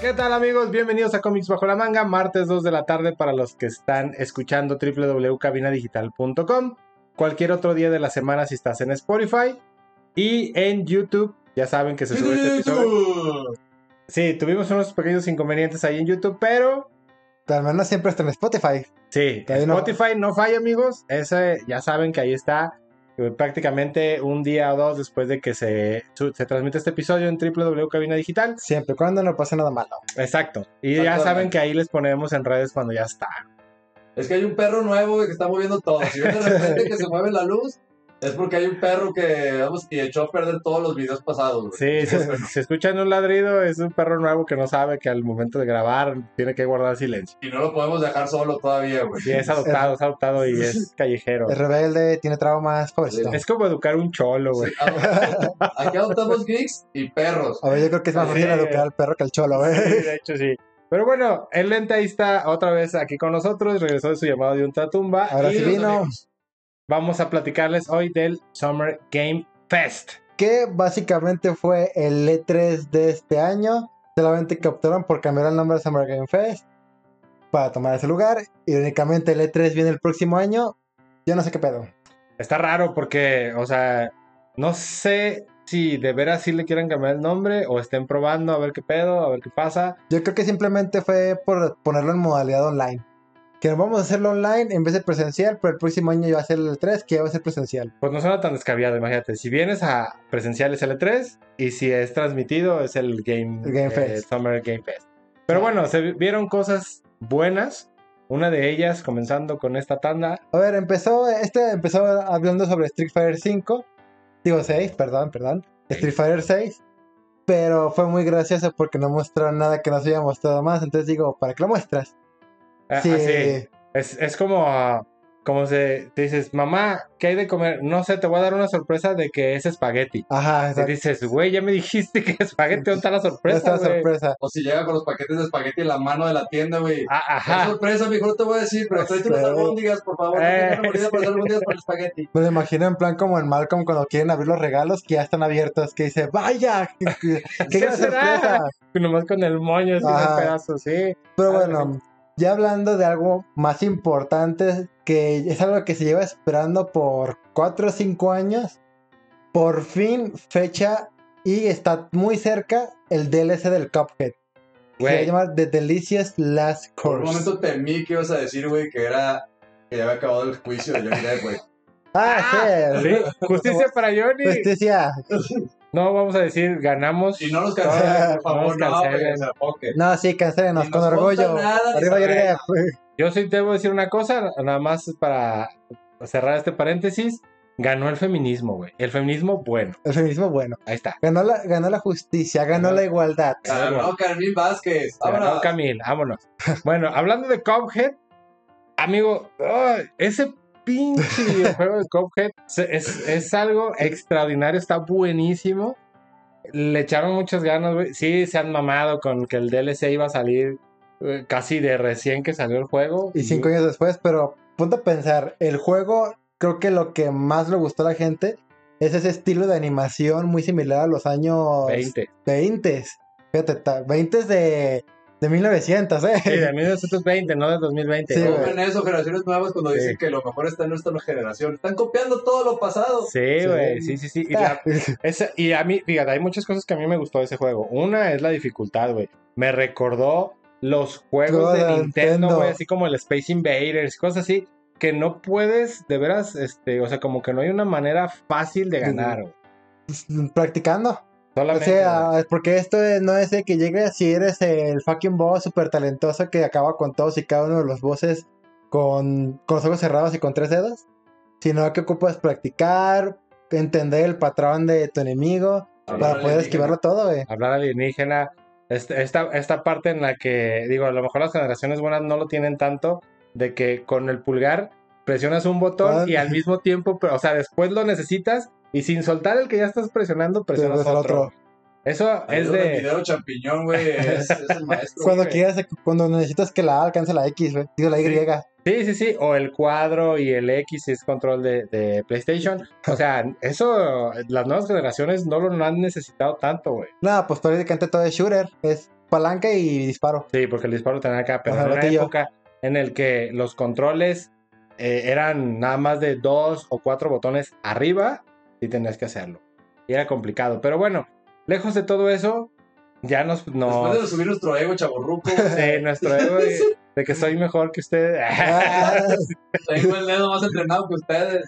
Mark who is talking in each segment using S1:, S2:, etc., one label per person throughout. S1: ¿Qué tal amigos? Bienvenidos a Comics Bajo la Manga, martes 2 de la tarde para los que están escuchando www.cabinadigital.com. Cualquier otro día de la semana si estás en Spotify y en YouTube, ya saben que se sube este episodio. Sí, tuvimos unos pequeños inconvenientes ahí en YouTube, pero
S2: Tu hermana siempre está en Spotify.
S1: sí,
S2: Todavía no-
S1: Spotify no falla amigos, ese ya saben que ahí está eh, prácticamente un día o dos después de que se, su- se transmite este episodio en www.cabinadigital.
S2: Siempre, cuando no pase nada malo.
S1: Exacto, y ya
S3: Totalmente.
S1: saben que ahí les ponemos en redes cuando ya está.
S3: Es que hay un perro nuevo que está moviendo todo. Si ven de repente que se mueve la luz, es porque hay un perro que, vamos, y echó a perder todos los videos pasados, güey.
S1: Sí, si, es- si escuchan un ladrido, es un perro nuevo que no sabe que al momento de grabar tiene que guardar silencio.
S3: Y no lo podemos dejar solo todavía, güey.
S1: Y es adoptado, es adoptado y es callejero.
S2: Es rebelde, tiene traumas, pobrecito.
S1: Es como educar un cholo, güey.
S3: Sí, adop- Aquí adoptamos geeks y perros.
S2: A ver, yo creo que es más
S1: Sí.
S2: fácil educar al perro que al cholo,
S1: Sí,
S2: ¿eh?
S1: de hecho, sí. Pero bueno, el lente ahí está otra vez aquí con nosotros. Regresó de su llamado de un tatumba.
S2: Ahora
S1: y
S2: sí
S3: los
S2: vino.
S3: amigos.
S1: vamos a platicarles hoy del Summer Game Fest.
S2: Que básicamente fue el E3 de este año. Solamente que optaron por cambiar el nombre de Summer Game Fest para tomar ese lugar. Irónicamente, el E3 viene el próximo año. Yo no sé qué pedo.
S1: Está raro porque, o sea, no sé si de veras sí le quieran cambiar el nombre o estén probando a ver qué pedo, a ver qué pasa.
S2: Yo creo que simplemente fue por ponerlo en modalidad online. Que vamos a hacerlo online en vez de presencial, pero el próximo año va a ser el 3, que ya va a ser presencial.
S1: Pues no suena tan descabellado, imagínate. Si vienes a presencial es L3 y si es transmitido es el Game, eh,
S2: El Game Fest.
S1: Summer Game Fest. Pero bueno, se vi- vieron cosas buenas. Una de ellas, comenzando con esta tanda,
S2: A ver, empezó, este empezó hablando sobre Street Fighter 5, digo 6, perdón, perdón, Street Fighter 6, pero fue muy gracioso porque no mostraron nada que nos haya mostrado más, entonces digo, ¿para qué lo muestras?
S1: Ah,
S2: Sí,
S1: así, es, es como, ah, como se te dices, mamá, ¿qué hay de comer? No sé, te voy a dar una sorpresa de que es espagueti.
S2: ajá,
S1: Y
S2: exacto.
S1: dices, güey, ya me dijiste que es espagueti, ¿dónde está la sorpresa?
S2: Esta
S1: güey?"
S2: sorpresa.
S3: O si llega con los paquetes de espagueti en la mano de la tienda, güey.
S1: Ah,
S3: Qué
S1: ajá.
S3: sorpresa, mijo, no te voy a decir, pero tráete unas
S2: Sí.
S3: albóndigas, por favor.
S1: Eh,
S3: Eh,
S1: sí.
S3: para albóndigas para el espagueti.
S2: Me lo imagino en plan como en Malcolm cuando quieren abrir los regalos que ya están abiertos, que dice, vaya, qué, qué- qué gran
S1: será?
S2: sorpresa.
S1: Nomás con el moño, así
S2: Ajá.
S1: un pedazo, sí.
S2: Pero
S1: Ah,
S2: bueno, ya hablando de algo más importante, que es algo que se lleva esperando por 4 o 5 años, por fin fecha y está muy cerca el DLC del Cuphead. que Se va a
S1: Güey.
S2: llamar The Delicious Last
S3: Por un
S2: Course.
S3: momento temí que ibas a decir, güey, que era... Que ya había acabado el juicio de Johnny Depp, güey.
S2: Ah, sí.
S1: Sí, Justicia para Johnny.
S2: Justicia.
S1: No vamos a decir ganamos.
S3: Y no los cancelen, por
S1: No
S3: favor,
S1: nos
S3: no, güey,
S1: cancelen.
S3: o sea, ok.
S2: No, sí, cancelenos,
S3: Ni
S2: con
S3: nos
S2: orgullo.
S3: consta nada, ni
S2: Arriba, Johnny
S3: sabemos.
S2: Depp.
S1: Yo sí debo decir una cosa, nada más para cerrar este paréntesis. Ganó el feminismo, güey. El feminismo, bueno.
S2: El feminismo bueno.
S1: Ahí está.
S2: Ganó la, ganó la justicia, ganó la igualdad.
S3: Ganó Carmín Vázquez.
S1: Ganó
S3: Ahora,
S1: Camil, vámonos. Bueno, hablando de Cuphead, amigo, ¡ay! ese pinche videojuego de Cuphead se- es, es algo extraordinario, está buenísimo. Le echaron muchas ganas, güey. Sí, se han mamado con que el DLC iba a salir eh, casi de recién que salió el juego.
S2: y cinco años después, pero ponte a pensar, el juego creo que lo que más le gustó a la gente es ese estilo de animación muy similar a los años 20.
S1: 20.
S2: Fíjate, ta- 20 de, de 1900, ¿eh?
S1: Sí, de 1920, no de 2020.
S2: Sí,
S1: güey.
S2: güey.
S3: compren eso, generaciones nuevas, cuando
S1: Sí.
S3: dicen que lo mejor está en nuestra generación. Están copiando todo lo pasado.
S1: Sí, güey, sí, sí, sí. Y, la- esa- y a mí, fíjate, hay muchas cosas que a mí me gustó de ese juego. Una es la dificultad, güey. Me recordó los juegos
S2: Todo
S1: de
S2: de
S1: Nintendo,
S2: Nintendo.
S1: güey, así como el Space Invaders, cosas así, que no puedes, de veras, este, o sea, como que no hay una manera fácil de ganar, güey.
S2: Practicando. O
S1: Solamente.
S2: sea, porque esto es- no es de que llegue si eres el fucking boss súper talentoso que acaba con todos y cada uno de los bosses con, con los ojos cerrados y con tres dedos, sino que ocupas practicar, entender el patrón de tu enemigo. Para
S3: Ahora
S2: poder
S3: le dije,
S2: esquivarlo todo, güey.
S1: hablar alienígena. Este- esta, esta parte en la que, digo, a lo mejor las generaciones buenas no lo tienen tanto, de que con el pulgar presionas un botón
S2: Vale.
S1: y al mismo tiempo, pero, o sea, después lo necesitas y sin soltar el que ya estás presionando, presionas
S2: Presionas al
S1: otro.
S2: otro.
S1: Eso
S3: "Ay,
S1: es
S3: yo
S1: de...
S3: del video champiñón, güey. Es, es el maestro.
S2: Cuando
S1: güey.
S2: quieras, cuando necesitas que la A alcance la X, güey. Digo la Y.
S1: Sí, sí, sí, o el cuadro y el X es control de, de PlayStation. O sea, eso las nuevas generaciones no lo han necesitado tanto, güey.
S2: Nada, pues tú ahorita canta todo de shooter. Es palanca y disparo.
S1: Sí, porque el disparo tenía acá, pero
S2: Ajá,
S1: en una
S2: gatillo.
S1: época en el que los controles eh, eran nada más de dos o cuatro botones arriba, sí tenías que hacerlo. Y era complicado. Pero bueno, lejos de todo eso, ya nos...
S3: Después de
S1: nos
S3: subir nuestro ego, chaborruco,
S1: sí, nuestro ego de, de que soy mejor que usted.
S2: Ah,
S3: tengo el dedo más entrenado que ustedes.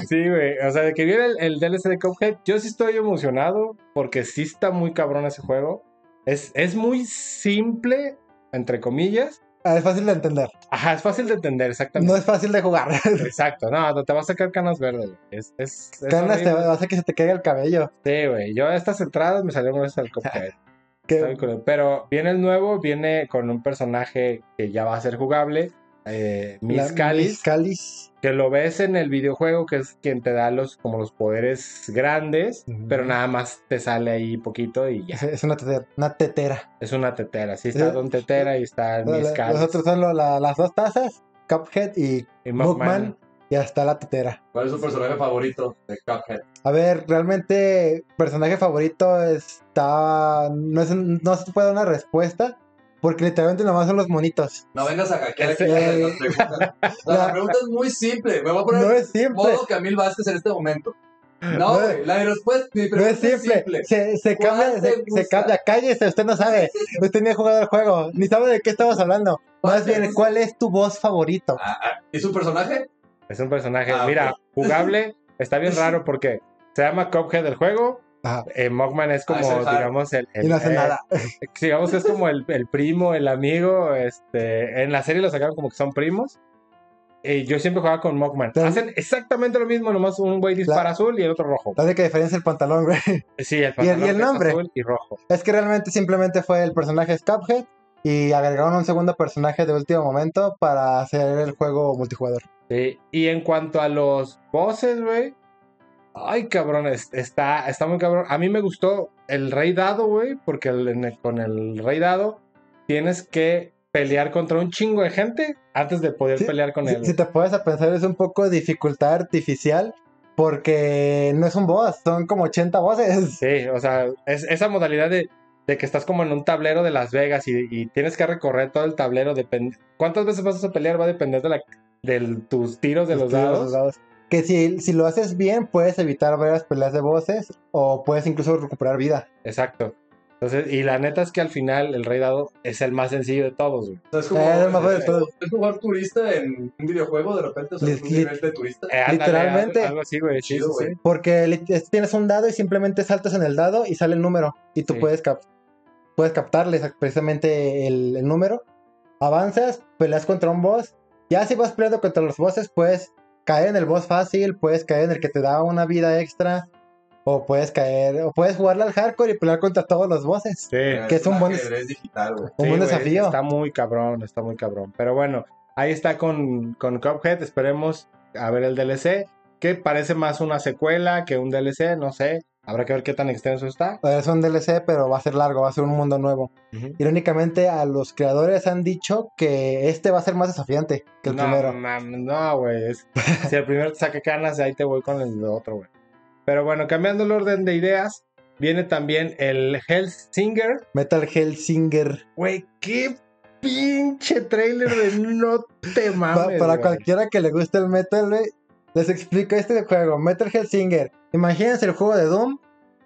S1: sí, güey. O sea, de que viene el, el DLC de Cuphead, yo sí estoy emocionado porque sí está muy cabrón ese juego. Es, es muy simple, entre comillas.
S2: ah, es fácil de entender.
S1: Ajá, es fácil de entender, exactamente.
S2: No es fácil de jugar.
S1: Exacto, no, no, te vas a sacar canas verdes. güey. Es, es, es
S2: Canas te
S1: horrible.
S2: hace que se te caiga el cabello.
S1: Sí, güey. Yo estas entradas me salieron gracias al Cuphead.
S2: Que-
S1: Está bien culero. Pero viene el nuevo, viene con un personaje que ya va a ser jugable. eh,
S2: la-
S1: Miss Callis,
S2: Miss Callis.
S1: que lo ves en el videojuego, que es quien te da los como los poderes grandes,
S2: Ujú.
S1: pero nada más te sale ahí poquito y ya.
S2: Es, es una tetera. Una tetera.
S1: Es una tetera. Sí está
S2: Sí.
S1: Don Tetera y está
S2: Eh, La-
S1: Miss
S2: la-
S1: Callis.
S2: los otros son lo- la- las dos tazas, Cuphead y
S1: y Mothman.
S2: Bookman. Y hasta la tetera.
S3: ¿Cuál es su personaje favorito de Cuphead?
S2: A ver, realmente, personaje favorito está. No, es, un- no se puede dar una respuesta. Porque literalmente nomás son los monitos.
S3: No vengas a hackear aquí
S2: Ese-
S3: las preguntas. O sea, la pregunta es muy simple. Me voy a poner
S2: No es simple.
S3: modo Camil Vázquez en este momento. No,
S2: No es-
S3: güey, la respuesta mi
S2: No
S3: pregunta
S2: es simple. Se, se
S3: ¿Cuál
S2: cambia,
S3: te
S2: se,
S3: gusta?
S2: se cambia. Cállese, usted no sabe. Usted ni ha jugado el juego. Ni sabe de qué estamos hablando.
S3: ¿Cuál
S2: Más
S3: te
S2: bien,
S3: gusta?
S2: ¿cuál es tu voz favorito?
S3: Ah, ah, ¿Y su personaje?
S1: Es un personaje,
S3: Ah,
S1: mira, jugable, está bien raro porque se llama Cuphead del juego.
S2: Ajá.
S1: Eh, Mogman es como,
S3: Ah, es Ah, el Har-
S1: digamos, el, el-
S2: y no hace
S1: eh,
S2: nada.
S1: digamos que es como el, el primo, el amigo. Este, en la serie lo sacaron como que son primos. Y yo siempre jugaba con Mogman.
S2: Pero-
S1: Hacen exactamente lo mismo, nomás un güey dispara azul y el otro rojo.
S2: La única diferencia es el pantalón, güey.
S1: Sí, el,
S2: ¿Y el- y el
S1: pantalón es
S2: nombre?
S1: azul y rojo.
S2: Es que realmente simplemente fue el personaje es Cuphead. Y agregaron un segundo personaje de último momento para hacer el juego multijugador.
S1: Sí, Y en cuanto a los bosses, güey. Ay, cabrón, es- está, está muy cabrón. A mí me gustó el rey dado, güey, porque el- en el- con el rey dado tienes que pelear contra un chingo de gente antes de poder
S2: Sí,
S1: pelear con él.
S2: Si, si te puedes a pensar, es un poco de dificultad artificial. Porque no es un boss, son como 80 voces.
S1: Sí, o sea, es, esa modalidad de, de que estás como en un tablero de Las Vegas y, y tienes que recorrer todo el tablero. depend- ¿Cuántas veces vas a pelear? Va a depender de la, del- tus tiros de los
S2: Sí,
S1: dados.
S2: dados. Que si, si lo haces bien, puedes evitar varias peleas de voces o puedes incluso recuperar vida.
S1: Exacto. Entonces, y la neta es que al final el rey dado es el más sencillo de todos, güey.
S3: O sea, es
S2: Eh, es más fácil
S3: es-
S2: todo.
S3: es jugar turista en un videojuego de repente, o sea, es un
S2: Li- li-
S3: nivel de turista.
S1: Eh, ándale,
S2: Literalmente.
S1: Algo así, güey. Sí,
S3: Chido,
S1: sí, sí.
S3: güey.
S2: Porque li- es- tienes un dado y simplemente saltas en el dado y sale el número. Y tú
S1: Sí.
S2: puedes, cap- puedes captarle exact- precisamente el, el número. Avanzas, peleas contra un boss. Ya si vas peleando contra los bosses, puedes caer en el boss fácil, puedes caer en el que te da una vida extra. O puedes caer, o puedes jugarle al hardcore y pelear contra todos los bosses.
S1: Sí.
S2: que es un buen-
S3: Ah, ajedrez digital, güey.
S2: Un buen
S1: Sí, güey,
S2: desafío.
S1: Está muy cabrón, está muy cabrón. Pero bueno, ahí está con, con Cuphead. Esperemos a ver el DLC, que parece más una secuela que un DLC, no sé. Habrá que ver qué tan extenso está.
S2: Es un DLC, pero va a ser largo, va a ser un mundo nuevo. Irónicamente, a los creadores han dicho que este va a ser más desafiante que el
S1: no,
S2: primero.
S1: mam, no, güey. es- si el primero te saca canas, ahí te voy con el otro, güey. Pero bueno, cambiando el orden de ideas, viene también el Hellsinger.
S2: Metal Hellsinger.
S1: Güey, qué pinche trailer de no te
S2: Pa-
S1: mames.
S2: para
S1: güey.
S2: cualquiera que le guste el metal, güey, les explico este juego. Metal Hellsinger. Imagínense el juego de Doom,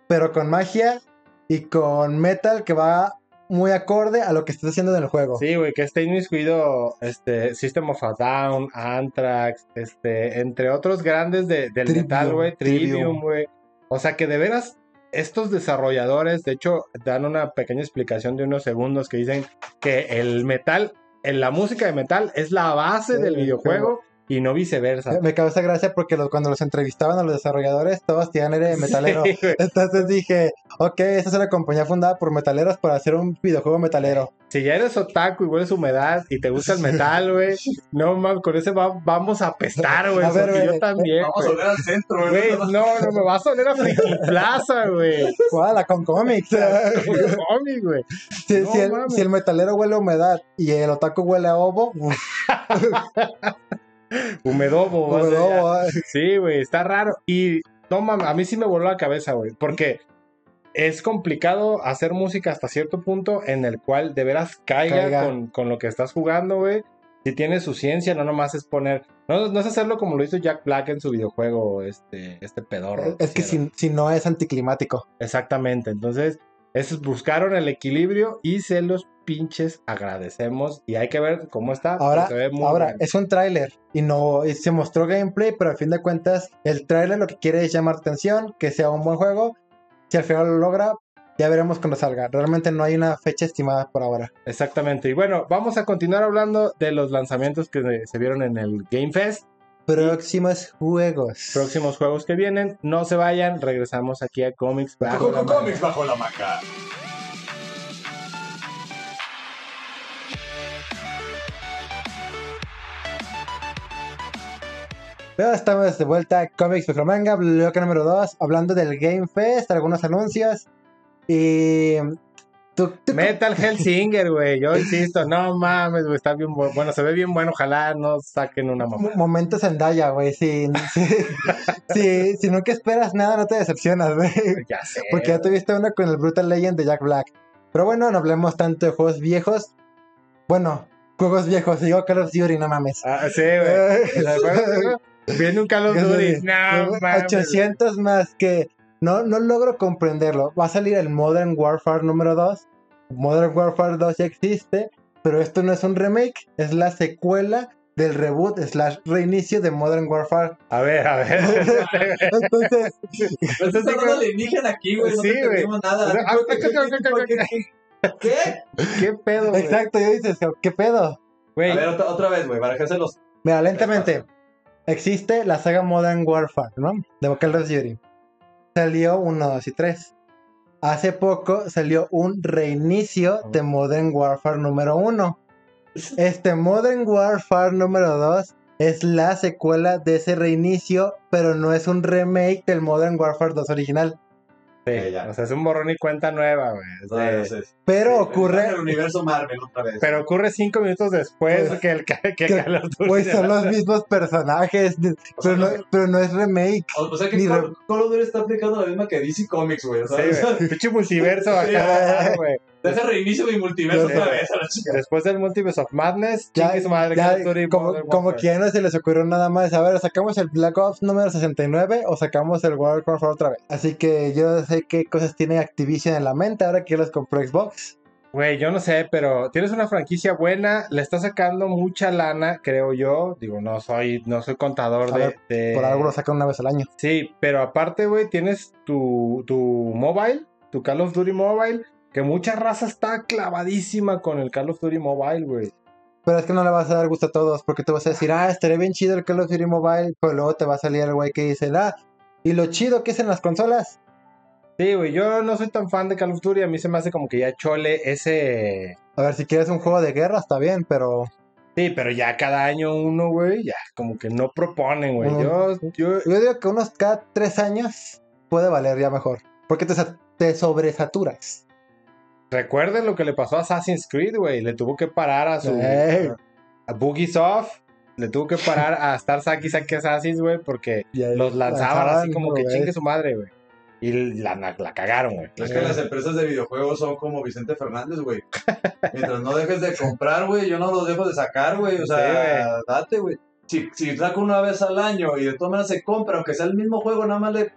S2: pero con magia y con metal que va muy acorde a lo que estás haciendo en el juego.
S1: Sí, güey, que está inmiscuido este, System of a Down, Anthrax, este, entre otros grandes de- del
S2: Trivium,
S1: metal, güey,
S2: Trivium.
S1: Trivium, güey. O sea que de veras, estos desarrolladores, de hecho, dan una pequeña explicación de unos segundos que dicen que el metal, en la música de metal es la base
S2: Sí,
S1: del
S2: el
S1: videojuego y no viceversa.
S2: Me- Me causa gracia porque los- cuando los entrevistaban a los desarrolladores, todos tenían aire de metalero.
S1: Sí, güey.
S2: Entonces dije, ok, esta es una compañía fundada por metaleros para hacer un videojuego metalero.
S1: Si ya eres otaku y hueles humedad y te gusta el metal, güey, no mames, con ese va- vamos a apestar, güey.
S2: A ver,
S1: porque Yo
S2: güey,
S1: también.
S3: Vamos a
S1: Eh, güey.
S3: volver al centro, güey.
S1: Güey, no, no, me vas a oler a Friki Plaza, güey.
S2: Guadala con cómics.
S1: Güey, homie, güey.
S2: Si,
S1: No
S2: si el,
S1: mames.
S2: si el metalero huele a humedad y el otaku huele a ovo, uf,
S1: Humedobo. va a ser
S2: humedobo,
S1: ya. Sí, güey, está raro. Y no mames, a mí sí me voló la cabeza, güey. Porque es complicado hacer música hasta cierto punto en el cual de veras caiga,
S2: Caiga.
S1: Con, con lo que estás jugando, güey. Si tiene su ciencia, no nomás es poner. No, no es hacerlo como lo hizo Jack Black en su videojuego, este, este pedorro.
S2: Es que
S1: hicieron.
S2: si, si no es anticlimático.
S1: Exactamente. Entonces, esos buscaron el equilibrio y se los pinches agradecemos. Y hay que ver cómo está. pero
S2: Ahora,
S1: se ve muy
S2: ahora
S1: bueno.
S2: es un tráiler y no y se mostró gameplay, pero a fin de cuentas el tráiler lo que quiere es llamar atención, que sea un buen juego. Si al final lo logra, ya veremos cuando salga. Realmente no hay una fecha estimada por ahora.
S1: Exactamente. Y bueno, vamos a continuar hablando de los lanzamientos que se vieron en el Game Fest.
S2: Próximos juegos.
S1: Próximos juegos que vienen. No se vayan. Regresamos aquí a Comics. Bajo la Manga.
S3: Comics bajo la maca.
S2: Pero estamos de vuelta a Comics Micro Manga, bloque número 2, hablando del Game Fest, algunos anuncios. Y. tú- tú-
S1: Metal Hellsinger, güey. Yo insisto, no mames, güey. Está bien bu- bueno. Se ve bien bueno. Ojalá no saquen una mamá.
S2: mo- Momento Zendaya, güey. Si, si, si- si nunca esperas nada, no te decepcionas, güey.
S1: Ya sé.
S2: Porque ya tuviste una con el Brutal Legend de Jack Black. Pero bueno, no hablemos tanto de juegos viejos. Bueno, juegos viejos. Digo Call of Duty, no mames.
S1: Ah, sí, güey. ¿Te acuerdas? Viene un Call of
S2: Call of
S1: Duty.
S2: Duty.
S1: No mames.
S2: 800 más que no, no logro comprenderlo. Va a salir el Modern Warfare número 2. Modern Warfare 2 ya existe, pero esto no es un remake, es la secuela del reboot slash reinicio de Modern Warfare.
S1: A ver, a ver.
S2: Entonces,
S3: Pero
S1: Entonces,
S3: estás hablando alienígena aquí, güey. No
S1: Sí,
S3: te
S1: güey.
S3: entendimos nada.
S1: Ah, ok, ok, ok,
S3: ¿Qué?
S1: ¿Qué pedo, güey?
S2: exacto, yo dices, ¿qué pedo?
S1: Güey,
S3: A ver, otra, otra vez, güey, barajáselos.
S2: Mira, lentamente. Existe la saga Modern Warfare, ¿no? De Call of Duty. Salió 1, 2 y 3. Hace poco salió un reinicio de Modern Warfare número 1. Este Modern Warfare número 2 es la secuela de ese reinicio, pero no es un remake del Modern Warfare 2 original.
S1: sí,
S3: ya.
S1: O sea, es un borrón y cuenta nueva, güey. Es de-
S2: Pero
S3: En
S2: ocurre,
S3: el universo Marvel otra vez.
S1: Pero ocurre cinco minutos después
S2: Pues,
S1: que el ca- que
S2: que-
S1: Call of Duty.
S2: pues son los mismos personajes, pero no, pero no es remake.
S3: O, o sea que
S2: Ni
S3: Call, Call of Duty está aplicando la misma que DC Comics, güey.
S1: Sí,
S3: ¿sabes?
S1: güey. Pinche multiverso acá, güey.
S3: Deja reinicio mi multiverso
S1: Sí,
S3: otra
S1: güey.
S3: vez a la chica.
S1: Después del Multiverse of Madness,
S2: Ya-
S1: chingue su madre,
S2: Ya,
S1: Call of Duty
S2: como,
S1: Modern
S2: como
S1: Warfare.
S2: que ya no se les ocurrió nada más. A ver, ¿sacamos el Black Ops número 69 o sacamos el World Warfare otra vez? Así que yo no sé qué cosas tiene Activision en la mente ahora que los compró Xbox.
S1: Güey, yo no sé, pero tienes una franquicia buena, le está sacando mucha lana, creo yo. Digo, no soy, no soy contador
S2: A
S1: de,
S2: ver,
S1: de-
S2: Por algo lo sacan una vez al año.
S1: Sí, pero aparte, güey, tienes tu, tu mobile, tu Call of Duty Mobile, que mucha raza está clavadísima con el Call of Duty Mobile, güey.
S2: Pero es que no le vas a dar gusto a todos porque tú vas a decir, ah, estaría bien chido el Call of Duty Mobile, pero luego te va a salir el güey que dice, ah, y lo chido que es en las consolas.
S1: Sí, güey, yo no soy tan fan de Call of Duty, a mí se me hace como que ya chole ese...
S2: A ver, si quieres un juego de guerra está bien, pero
S1: Sí, pero ya cada año uno, güey, ya como que no proponen, güey.
S2: No.
S1: Yo, yo,
S2: yo digo que unos cada tres años puede valer ya mejor. Porque te, sa- te sobresaturas.
S1: Recuerden lo que le pasó a Assassin's Creed, güey. Le tuvo que parar a su.
S2: Ey.
S1: A Boogie Soft. Le tuvo que parar a estar Saki Saki Assassins, güey, porque
S2: Y ahí
S1: los lanzaban así como que
S2: güey.
S1: chingue su madre, güey. Y la, la- la cagaron, güey.
S3: Es que
S2: Eh.
S3: las empresas de videojuegos son como Vicente Fernández, güey. Mientras no dejes de comprar, güey, yo no los dejo de sacar, güey. O
S1: Sí,
S3: sea, date, güey. Si, si saco una vez al año y de todas maneras se compra, aunque sea el mismo juego, nada más le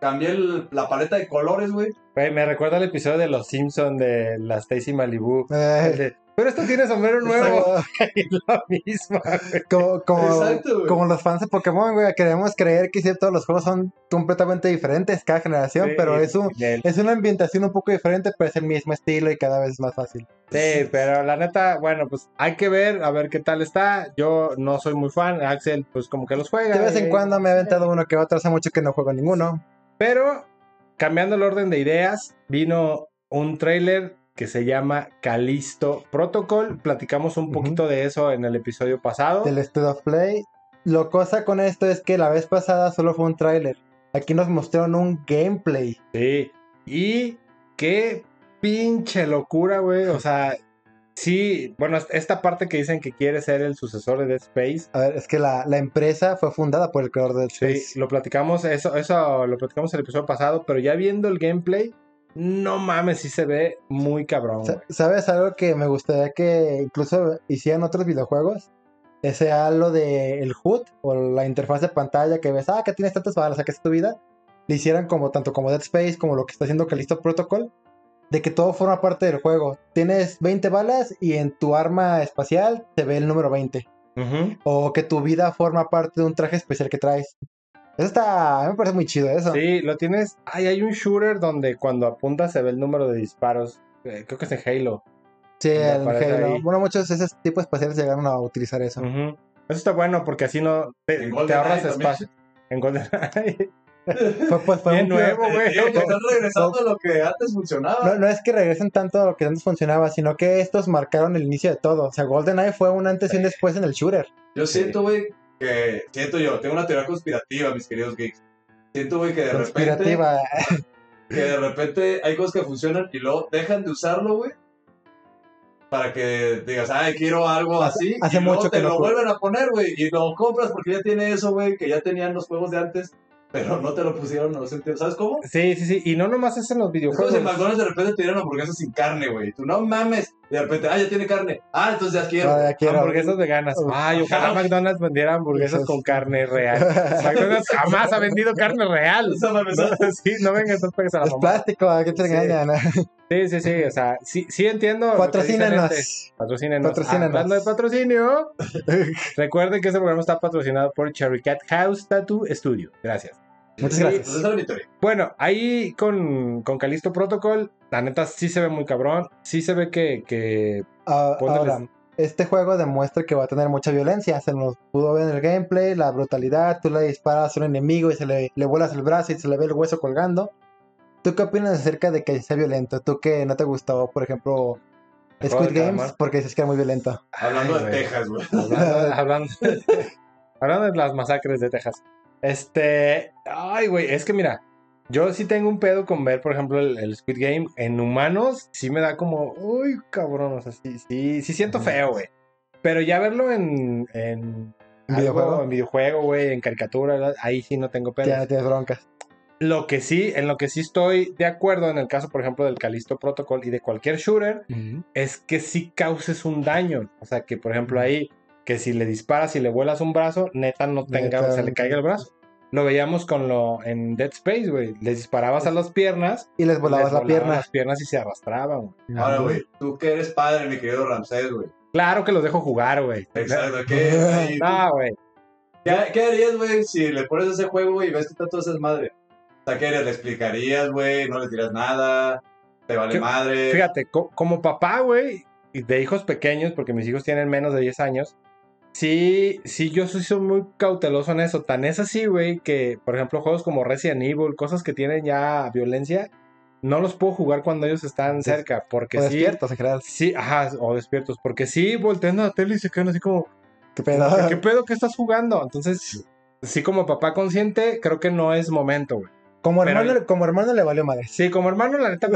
S3: cambié el- la paleta de colores, güey.
S1: Güey, me recuerda el episodio de Los Simpsons de la Stacy Malibu. El
S2: Eh,
S1: de, Pero esto tiene sombrero nuevo.
S2: como-
S1: Y la misma.
S2: Como, como,
S3: Exacto, güey.
S2: como los fans de Pokémon, güey, queremos creer que sí, todos los juegos son completamente diferentes cada generación, pero es, un,
S1: Sí,
S2: es una ambientación un poco diferente, pero es el mismo estilo y cada vez es más fácil.
S1: Sí, pero la neta, bueno, pues hay que ver, a ver qué tal está. Yo no soy muy fan. Axel, pues como que los juega.
S2: De vez en
S1: güey.
S2: cuando me he aventado uno que otro, hace mucho que no juego ninguno.
S1: Pero cambiando el orden de ideas, vino un tráiler que se llama Calisto Protocol. Platicamos un
S2: Ujú.
S1: poquito de eso en el episodio pasado.
S2: Del State of Play. Lo cosa con esto es que la vez pasada solo fue un tráiler. Aquí nos mostraron un gameplay.
S1: Sí. Y qué pinche locura, güey. O sea, sí, bueno, esta parte que dicen que quiere ser el sucesor de Dead Space. eh,
S2: A ver, es que la, la empresa fue fundada por el creador del Space.
S1: Sí, lo platicamos, eso, eso lo platicamos el episodio pasado, pero ya viendo el gameplay, no mames, sí se ve muy cabrón,
S2: Sa-
S1: güey.
S2: ¿Sabes algo que me gustaría que incluso hicieran otros videojuegos? Ese halo de el HUD o la interfaz de pantalla que ves, ah, que tienes tantas balas, que es tu vida. Le hicieran como tanto como Dead Space, como lo que está haciendo Callisto Protocol, de que todo forma parte del juego. Tienes 20 balas y en tu arma espacial te ve el número 20.
S1: Ujú.
S2: O que tu vida forma parte de un traje especial que traes. Eso está, a mí me parece muy chido eso.
S1: Sí, lo tienes. Ay, hay un shooter donde cuando apuntas se ve el número de disparos. Eh, creo que es en Halo.
S2: Sí,
S1: Me
S2: el
S1: parece
S2: Halo.
S1: ahí.
S2: Bueno, muchos de esos tipos espaciales llegaron a utilizar eso.
S1: Ujú. Eso está bueno porque así no te,
S3: En
S1: te
S3: GoldenEye
S1: ahorras
S3: también.
S1: espacio. En GoldenEye.
S2: Fue, pues, fue
S1: Bien
S2: un
S1: nuevo, güey.
S3: Digo que están regresando a lo que antes funcionaba.
S2: No, no es que regresen tanto a lo que antes funcionaba, sino que estos marcaron el inicio de todo. O sea, GoldenEye fue un antes y un después en el shooter.
S3: Yo siento, güey, que siento yo, tengo una teoría conspirativa, mis queridos geeks. Siento, güey, que de repente,
S2: Conspirativa.
S3: que de repente hay cosas que funcionan y luego dejan de usarlo, güey. Para que digas, ay, quiero algo
S2: Hace-
S3: así.
S2: hace
S3: y luego
S2: mucho
S3: te
S2: que no
S3: lo
S2: juego.
S3: vuelven a poner, güey. Y lo compras porque ya tiene eso, güey, que ya tenían los juegos de antes, pero no te lo pusieron en los sentidos. ¿Sabes cómo?
S1: Sí, sí, sí. Y no nomás es en los
S3: Es como si
S1: videojuegos.
S3: en McDonald's de repente te dieran hamburguesas sin carne, güey. Tú no mames. Y de repente, ah, ya tiene carne. Ah, entonces ya quiero.
S2: Ah, ya quiero.
S1: Hamburguesas veganas.
S2: Uf.
S1: Ay, ojalá McDonald's vendiera hamburguesas con carne real. McDonald's jamás ha vendido carne real.
S3: O sea, mames, ¿sabes?
S1: No, sí, no vengan esas pegas a la
S2: Es
S1: mamá.
S2: plástico, ¿a qué te
S1: Sí.
S2: engañan?
S1: Sí, sí, sí. O sea, sí, sí entiendo. lo que dicen este.
S2: Patrocínenos.
S1: Patrocínenos.
S2: Patrocínenos.
S1: Hablando de patrocinio, recuerden que este programa está patrocinado por Cherry Cat House Tattoo Studio. Gracias.
S2: Muchas
S3: Sí,
S2: gracias.
S3: Pues esa era mi teoría.
S1: Bueno, ahí con, con Calisto Protocol, la neta sí se ve muy cabrón. Sí se ve que, que
S2: Ah,
S1: Póndeles.
S2: Ahora, este juego demuestra que va a tener mucha violencia. Se nos pudo ver en el gameplay, la brutalidad. Tú le disparas a un enemigo y se le, le vuelas el brazo y se le ve el hueso colgando. ¿Tú qué opinas acerca de que sea violento? ¿Tú que no te gustó, por ejemplo,
S1: El juego
S2: Squid
S1: del
S2: Games?
S1: calamar.
S2: Porque dices que era muy violento.
S3: Hablando
S1: Ay,
S3: de
S1: güey.
S3: Texas, güey.
S1: hablando, hablando- hablando de las masacres de Texas. Este, ay, güey, es que mira, yo sí tengo un pedo con ver, por ejemplo, el, el Squid Game en humanos, sí me da como, uy, cabrón, o sea, sí, sí, sí siento
S2: Ajá.
S1: feo, güey. Pero ya verlo en, en
S2: ¿En
S1: algo,
S2: videojuego?
S1: en videojuego, güey, en caricatura, ¿verdad? ahí sí no tengo pedo.
S2: Ya no tienes broncas.
S1: Lo que sí, en lo que sí estoy de acuerdo en el caso, por ejemplo, del Calisto Protocol y de cualquier shooter, es que sí causes un daño. O sea, que por ejemplo ahí, que si le disparas y le vuelas un brazo, neta no tenga,
S2: Neta,
S1: se le
S2: no.
S1: caiga el brazo. Lo veíamos con lo en Dead Space, güey. Les disparabas a las piernas,
S2: Y les volabas
S1: les
S2: la
S1: volaban
S2: pierna.
S1: las piernas y se arrastraban. güey.
S3: Ahora, güey, tú que eres padre, mi querido Ramsés, güey.
S1: Claro que los dejo jugar, güey.
S3: Exacto, ¿qué,
S2: Ah,
S1: No, güey.
S3: ¿Qué- qué harías, güey, si le pones ese juego güey, y ves que está todo esa madre? O sea, ¿qué harías? ¿Le explicarías, güey? ¿No le tiras nada? ¿Te vale
S1: Yo-
S3: madre?
S1: Fíjate, co- como papá, güey, y de hijos pequeños, porque mis hijos tienen menos de 10 años, sí, sí, yo soy, soy muy cauteloso en eso. Tan es así, güey, que, por ejemplo, juegos como Resident Evil, cosas que tienen ya violencia, no los puedo jugar cuando ellos están
S2: Des-
S1: cerca, porque
S2: o
S1: sí...
S2: despiertos en general.
S1: Sí, ajá, o despiertos, porque sí, voltean a la tele y se quedan así como,
S2: ¿Qué pedo?
S1: ¿qué, qué pedo que estás jugando? Entonces, sí, como papá consciente, creo que no es momento, güey.
S2: Como,
S1: Pero-
S2: hermano, como hermano le valió madre.
S1: Sí, como hermano, la neta,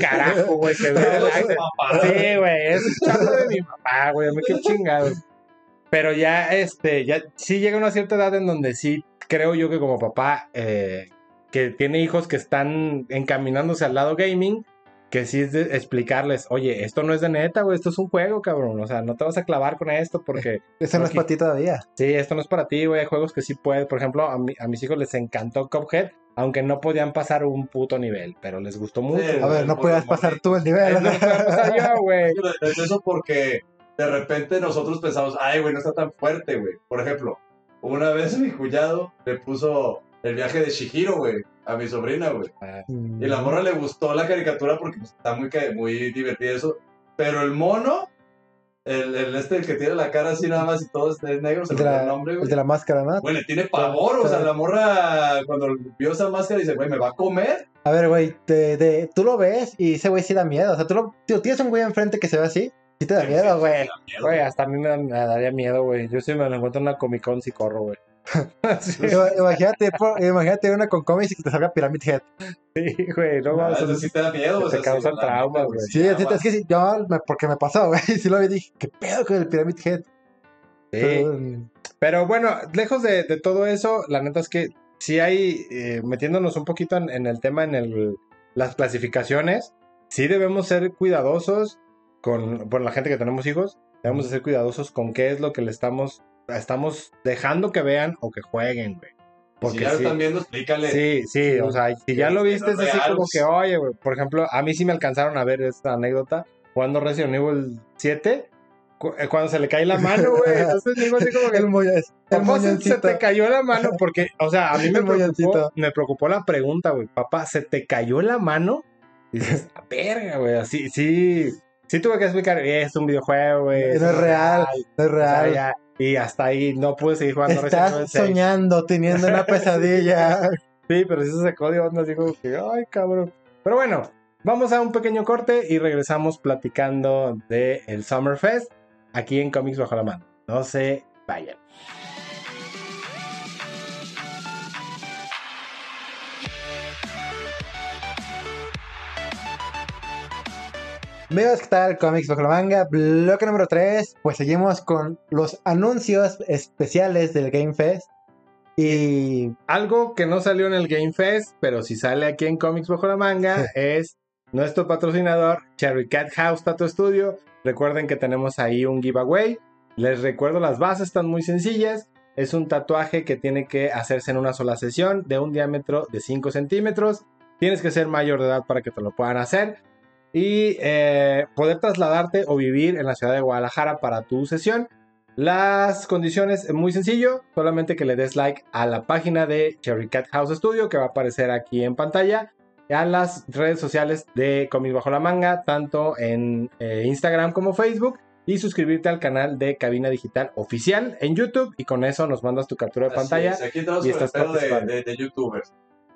S1: carajo, güey, que vea
S3: Todo
S1: la-
S3: su papá.
S1: Sí, güey, es chavo de mi papá, güey, a mí qué chingados. Pero ya, este, ya sí llega una cierta edad en donde sí creo yo que como papá eh, que tiene hijos que están encaminándose al lado gaming, que sí es de explicarles, oye, esto no es de neta, güey, esto es un juego, cabrón, o sea, no te vas a clavar con esto porque,
S2: Eso no es
S1: Ok.
S2: para ti todavía.
S1: sí, esto no es para ti, güey, hay juegos que sí puedes, por ejemplo, a, mi- a mis hijos les encantó Cuphead, aunque no podían pasar un puto nivel, pero les gustó mucho.
S3: Sí,
S2: A ver, no
S3: Por
S2: podías
S3: lo
S2: pasar
S3: mejor.
S2: tú el nivel.
S1: Ay, no puedo pasar yo, güey.
S3: Es eso porque de repente nosotros pensamos, ay, güey, no está tan fuerte, güey. Por ejemplo, una vez mi cuñado le puso el viaje de Shihiro, güey, a mi sobrina, güey.
S2: Ah. Mm.
S3: Y la morra le gustó la caricatura porque pues, está muy, ca- muy divertida eso. Pero el mono, el, el este, el que tiene la cara así nada más y todo este es negro, se le
S2: El de,
S3: olvidó el
S2: la,
S3: nombre,
S2: el
S3: güey.
S2: de la máscara, ¿no?
S3: Güey, le tiene pavor, o sea, la morra cuando vio esa máscara dice, güey, ¿me va a comer?
S2: A ver, güey, te- de- tú lo ves y ese güey sí da miedo. O sea, tú lo, tío, tienes un güey enfrente que se ve así. Sí te da miedo, güey.
S1: Güey, hasta a mí me, da- me daría miedo, güey. Yo si me lo encuentro en una Comic Con, si corro, güey. sí,
S2: Ima- Imagínate, por- imagínate una con cómics y que te salga Pyramid Head.
S1: güey, no
S3: Ah,
S1: mames.
S3: eso sí te da miedo,
S1: te
S3: o sea, sí,
S1: causan
S3: la neta,
S1: traumas, güey.
S2: Sí,
S3: ya,
S2: sí, es que sí, yo, me- porque me pasó, güey. Sí lo vi y dije, ¿qué pedo con el Pyramid Head?
S1: Sí.
S2: Pero, mm,
S1: Pero bueno, lejos de, de todo eso, la neta es que sí hay, eh, metiéndonos un poquito en, en el tema, en el, las clasificaciones. Sí debemos ser cuidadosos con, con la gente que tenemos hijos. Debemos de ser cuidadosos con qué es lo que le estamos, estamos dejando que vean o que jueguen, güey.
S3: Porque si ya lo
S1: sí,
S3: están viendo, explícale.
S1: sí, sí, o sea, si ya lo
S3: que
S1: viste es así
S3: real,
S1: como
S3: pues.
S1: que, oye, güey, por ejemplo, a mí sí me alcanzaron a ver esta anécdota jugando Resident Evil 7, cu- eh, cuando se le cae la mano, güey. Entonces digo así como que,
S2: El moño- el
S1: Papá, se, se
S2: moñoncito.
S1: te cayó la mano porque, o sea, a mí me
S2: El moñoncito.
S1: preocupó, me preocupó la pregunta, güey. Papá, ¿se te cayó la mano? Y dices, "Ah, verga, güey. Así, sí, sí tuve que explicar, "Eh, es un videojuego, güey.
S2: No es real, no es
S1: O sea,
S2: real.
S1: ya, y hasta ahí no pude seguir jugando Resident Evil
S2: Estás
S1: 6.
S2: soñando, teniendo una pesadilla.
S1: Sí, pero sí se sacó de onda, así como que, ay, cabrón. Pero bueno, vamos a un pequeño corte y regresamos platicando de el Summerfest aquí en Comics Bajo la Mano. No se vayan.
S2: Amigos, ¿qué tal? Comics bajo la manga, bloque número 3. Pues seguimos con los anuncios especiales del Game Fest. Y
S1: Algo que no salió en el Game Fest, pero si sale aquí en Comics Bajo la Manga, es nuestro patrocinador, Cherry Cat House Tattoo Studio. Recuerden que tenemos ahí un giveaway. Les recuerdo, las bases están muy sencillas. Es un tatuaje que tiene que hacerse en una sola sesión de un diámetro de 5 centímetros. Tienes que ser mayor de edad para que te lo puedan hacer. Y eh, poder trasladarte o vivir en la ciudad de Guadalajara para tu sesión. Las condiciones es muy sencillo, solamente que le des like a la página de Cherry Cat House Studio que va a aparecer aquí en pantalla, a las redes sociales de Comics Bajo la Manga, tanto en eh, Instagram como Facebook, y suscribirte al canal de Cabina Digital Oficial en YouTube y con eso nos mandas tu captura de
S3: Así
S1: pantalla.
S3: es, Aquí entramos
S1: y
S3: con el
S1: estás
S3: pedo de,
S1: participando.
S3: de- de youtubers.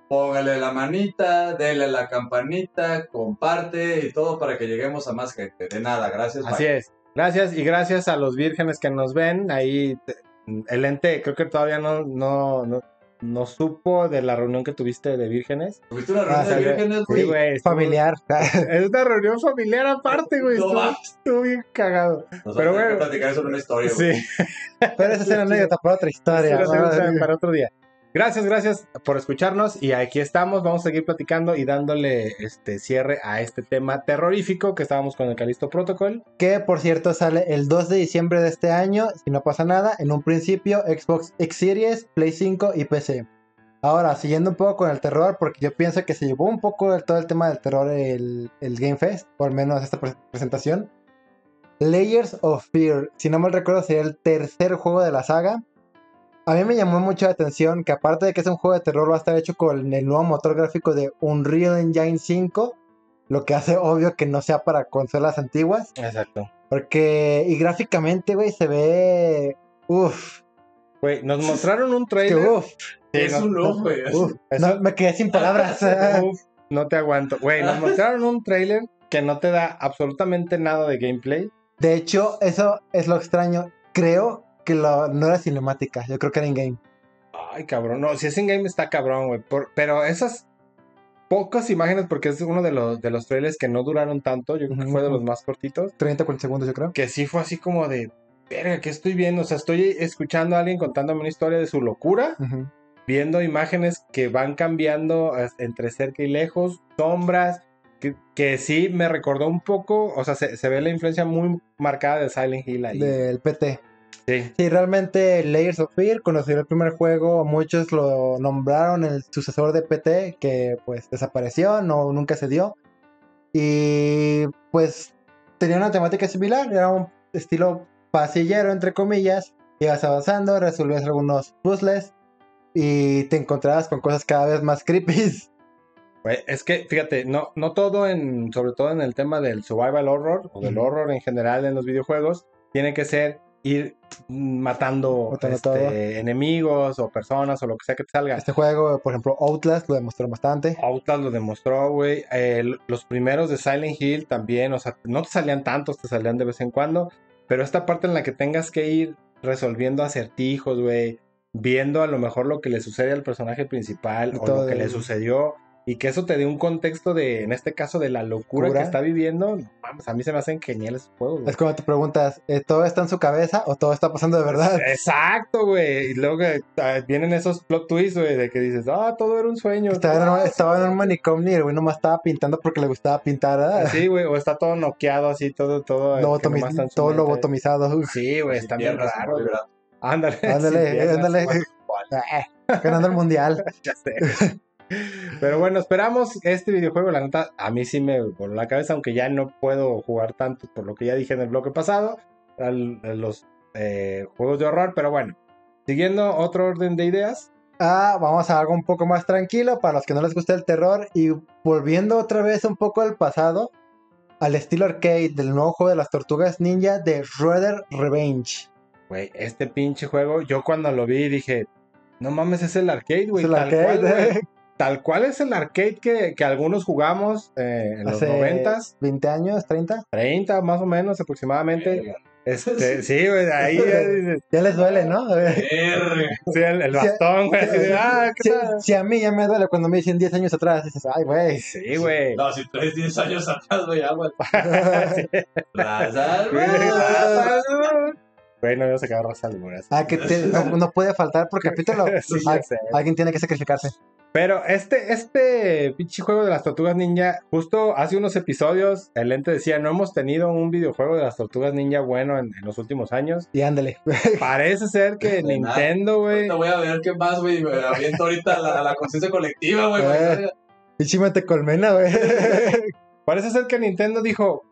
S3: Póngale la manita, dele a la campanita, comparte y todo para que lleguemos a más gente. De nada, gracias.
S1: Así
S3: bye.
S1: es. Gracias y gracias a los vírgenes que nos ven. Ahí te- el ente creo que todavía no, no, no, no supo de la reunión que tuviste de vírgenes.
S3: ¿Tuviste una reunión
S2: Ah,
S3: de
S2: salió.
S3: vírgenes,
S1: Sí,
S3: güey?
S1: güey, estuvo-
S2: familiar.
S1: Es una reunión familiar aparte, güey.
S3: No
S1: Estuvo,
S3: mames.
S1: estuvo bien cagado.
S3: Nos
S1: Pero
S3: Pero bueno.
S1: bueno.
S3: platicar sobre una historia, güey.
S1: Sí,
S2: Pero esa es una anécdota para otra historia.
S1: sí, lo tengo
S2: madre.
S1: para otro día. Gracias, gracias por escucharnos y aquí estamos. Vamos a seguir platicando y dándole este cierre a este tema terrorífico que estábamos con el Calisto Protocol.
S2: Que por cierto sale el 2 de diciembre de este año, si no pasa nada, en un principio Xbox X Series, Play 5 y PC. Ahora, siguiendo un poco con el terror, porque yo pienso que se llevó un poco el- todo el tema del terror el, el Game Fest, por menos esta pre- presentación. Layers of Fear, si no mal recuerdo, sería el tercer juego de la saga. A mí me llamó mucho la atención que aparte de que es un juego de terror, va a estar hecho con el nuevo motor gráfico de Unreal Engine 5, lo que hace obvio que no sea para consolas antiguas.
S1: Exacto.
S2: Porque, y gráficamente, güey, se ve. Uf,
S1: Güey, nos mostraron un
S2: que
S1: trailer.
S2: uf,
S3: Es
S1: Sí,
S3: un
S1: no-
S3: lujo, güey.
S2: uf.
S1: Eso-
S2: No, me quedé sin palabras.
S1: Uf, no te aguanto. Güey, nos mostraron un trailer que no te da absolutamente nada de gameplay.
S2: De hecho, eso es lo extraño. Creo que lo- no era cinemática. Yo creo que era in-game.
S1: Ay, cabrón. No, si es en game está cabrón, güey. Por- Pero esas pocas imágenes, porque es uno de los, de los trailers que no duraron tanto, yo creo que fue de los más cortitos,
S2: 30, 40 segundos, yo creo.
S1: que sí fue así como de, verga, ¿qué estoy viendo? O sea, estoy escuchando a alguien contándome una historia de su locura,
S2: Ujú.
S1: viendo imágenes que van cambiando as- entre cerca y lejos, sombras, que, que sí me recordó un poco, o sea, se, se ve la influencia muy marcada de Silent Hill ahí.
S2: Del PT.
S1: Sí.
S2: Sí, realmente Layers of Fear, cuando salió el primer juego, muchos lo nombraron el sucesor de PT, que pues desapareció, no, nunca se dio. Y pues tenía una temática similar, era un estilo pasillero, entre comillas. Ibas avanzando, resolvías algunos puzzles y te encontrabas con cosas cada vez más creepy.
S1: Güey, Es que, fíjate, no, no todo en, sobre todo en el tema del survival horror o del
S2: Ujú.
S1: horror en general en los videojuegos, tiene que ser ir mm, matando
S2: Matando
S1: este,
S2: todo.
S1: enemigos o personas o lo que sea que te salga.
S2: Este juego, por ejemplo, Outlast lo demostró bastante.
S1: Outlast lo demostró, güey. Eh, l- los primeros de Silent Hill también, o sea, no te salían tantos, te salían de vez en cuando. Pero esta parte en la que tengas que ir resolviendo acertijos, güey, viendo a lo mejor lo que le sucede al personaje principal
S2: Y
S1: o lo
S2: todo
S1: que le
S2: el-
S1: sucedió y que eso te dé un contexto de, en este caso, de la locura
S2: Locura.
S1: que está viviendo, no mames, a mí se me hacen geniales esos juegos. güey.
S2: Es cuando te preguntas, ¿eh, ¿todo está en su cabeza o todo está pasando de verdad?
S1: Exacto, güey. Y luego que, ah, vienen esos plot twists, güey, de que dices, ah, todo era un sueño.
S2: Estaba
S1: Ah,
S2: en, estaba en un manicomio y el güey nomás estaba pintando porque le gustaba pintar. ¿verdad?
S1: Sí, güey, o está todo noqueado así, todo, todo. eh,
S2: Lobotomi-
S1: que nomás está en su
S2: todo
S1: mente.
S2: lobotomizado.
S1: Sí, güey, está bien
S3: Piernas,
S1: raro.
S3: muy
S1: güey.
S3: brazos.
S1: Ándale, sin
S2: Ándale,
S1: piernas,
S2: ándale.
S1: güey,
S2: Ah, Ganando el mundial.
S1: ya sé. Pero bueno, esperamos este videojuego, la neta, a mí sí me voló la cabeza, aunque ya no puedo jugar tanto por lo que ya dije en el bloque pasado, al- a los eh, juegos de horror, pero bueno, siguiendo otro orden de ideas,
S2: Ah, vamos a algo un poco más tranquilo para los que no les gusta el terror. Y volviendo otra vez un poco al pasado, al estilo arcade del nuevo juego de las tortugas ninja de Shredder Revenge.
S1: güey, este pinche juego, yo cuando lo vi dije, no mames, es el arcade, güey,
S2: Es el
S1: tal
S2: arcade,
S1: cual, güey.
S2: ¿eh?
S1: Tal cual es el arcade que, que algunos jugamos eh, en los
S2: Hace
S1: noventas,
S2: 20 años, 30.
S1: 30 más o menos aproximadamente. Este, sí, güey, ahí ya dices,
S2: Ya les duele, ¿no?
S3: Verga.
S1: sí, el, el bastón, güey, así de, Pues, ah, ¿qué
S2: si,
S1: tal?".
S2: si a mí ya me duele cuando me dicen 10 años atrás, dices, ay, güey.
S1: Sí, güey.
S3: No, si traes 10 años atrás, güey, agua. Raza,
S1: Güey,
S3: raza.
S1: Güey, no veo sacar raza alguna.
S2: Ah, que te- no, no puede faltar por capítulo.
S1: Sí, ya
S2: Al-
S1: sé.
S2: alguien tiene que sacrificarse.
S1: Pero este, este pinche juego de las tortugas ninja, justo hace unos episodios, el ente decía, no hemos tenido un videojuego de las tortugas ninja bueno en, en los últimos años.
S2: Y ándale.
S1: Parece ser que
S3: De nada.
S1: Nintendo, güey.
S3: Ahorita voy a ver qué más, güey. Me aviento ahorita a la, a la conciencia colectiva, güey.
S2: Eh.
S3: porque-
S2: Y chimate colmena, güey.
S1: Parece ser que Nintendo dijo,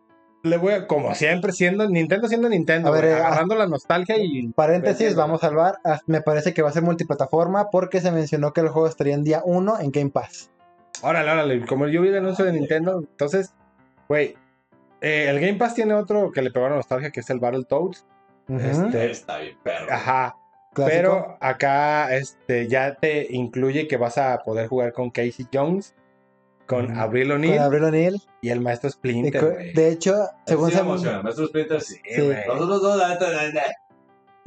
S1: le voy a, como siempre, siendo Nintendo siendo Nintendo,
S2: A ver,
S1: güey,
S2: eh,
S1: agarrando la nostalgia y
S2: Paréntesis,
S1: Vendiendo.
S2: vamos a salvar. Ah, Me parece que va a ser multiplataforma porque se mencionó que el juego estaría en día 1 en Game Pass.
S1: Órale, órale. Como yo vi el anuncio de Nintendo, entonces, güey, eh, el Game Pass tiene otro que le pegó a la nostalgia, que es el Battletoads.
S2: Ujú,
S1: Este,
S3: Está bien, perro.
S1: Ajá.
S2: clásico.
S1: Pero acá este, ya te incluye que vas a poder jugar con Casey Jones, con
S2: Ujú.
S1: Abril
S2: con
S1: O'Neill
S2: Abril O'Neil.
S1: y el maestro
S2: Y
S1: Splinter,
S2: co-
S1: güey.
S2: De hecho,
S3: Según
S2: según
S3: sí
S2: se.
S3: me emociona, Maestro Splinter, sí.
S1: Sí, güey.
S3: Nosotros dos, la neta, la neta,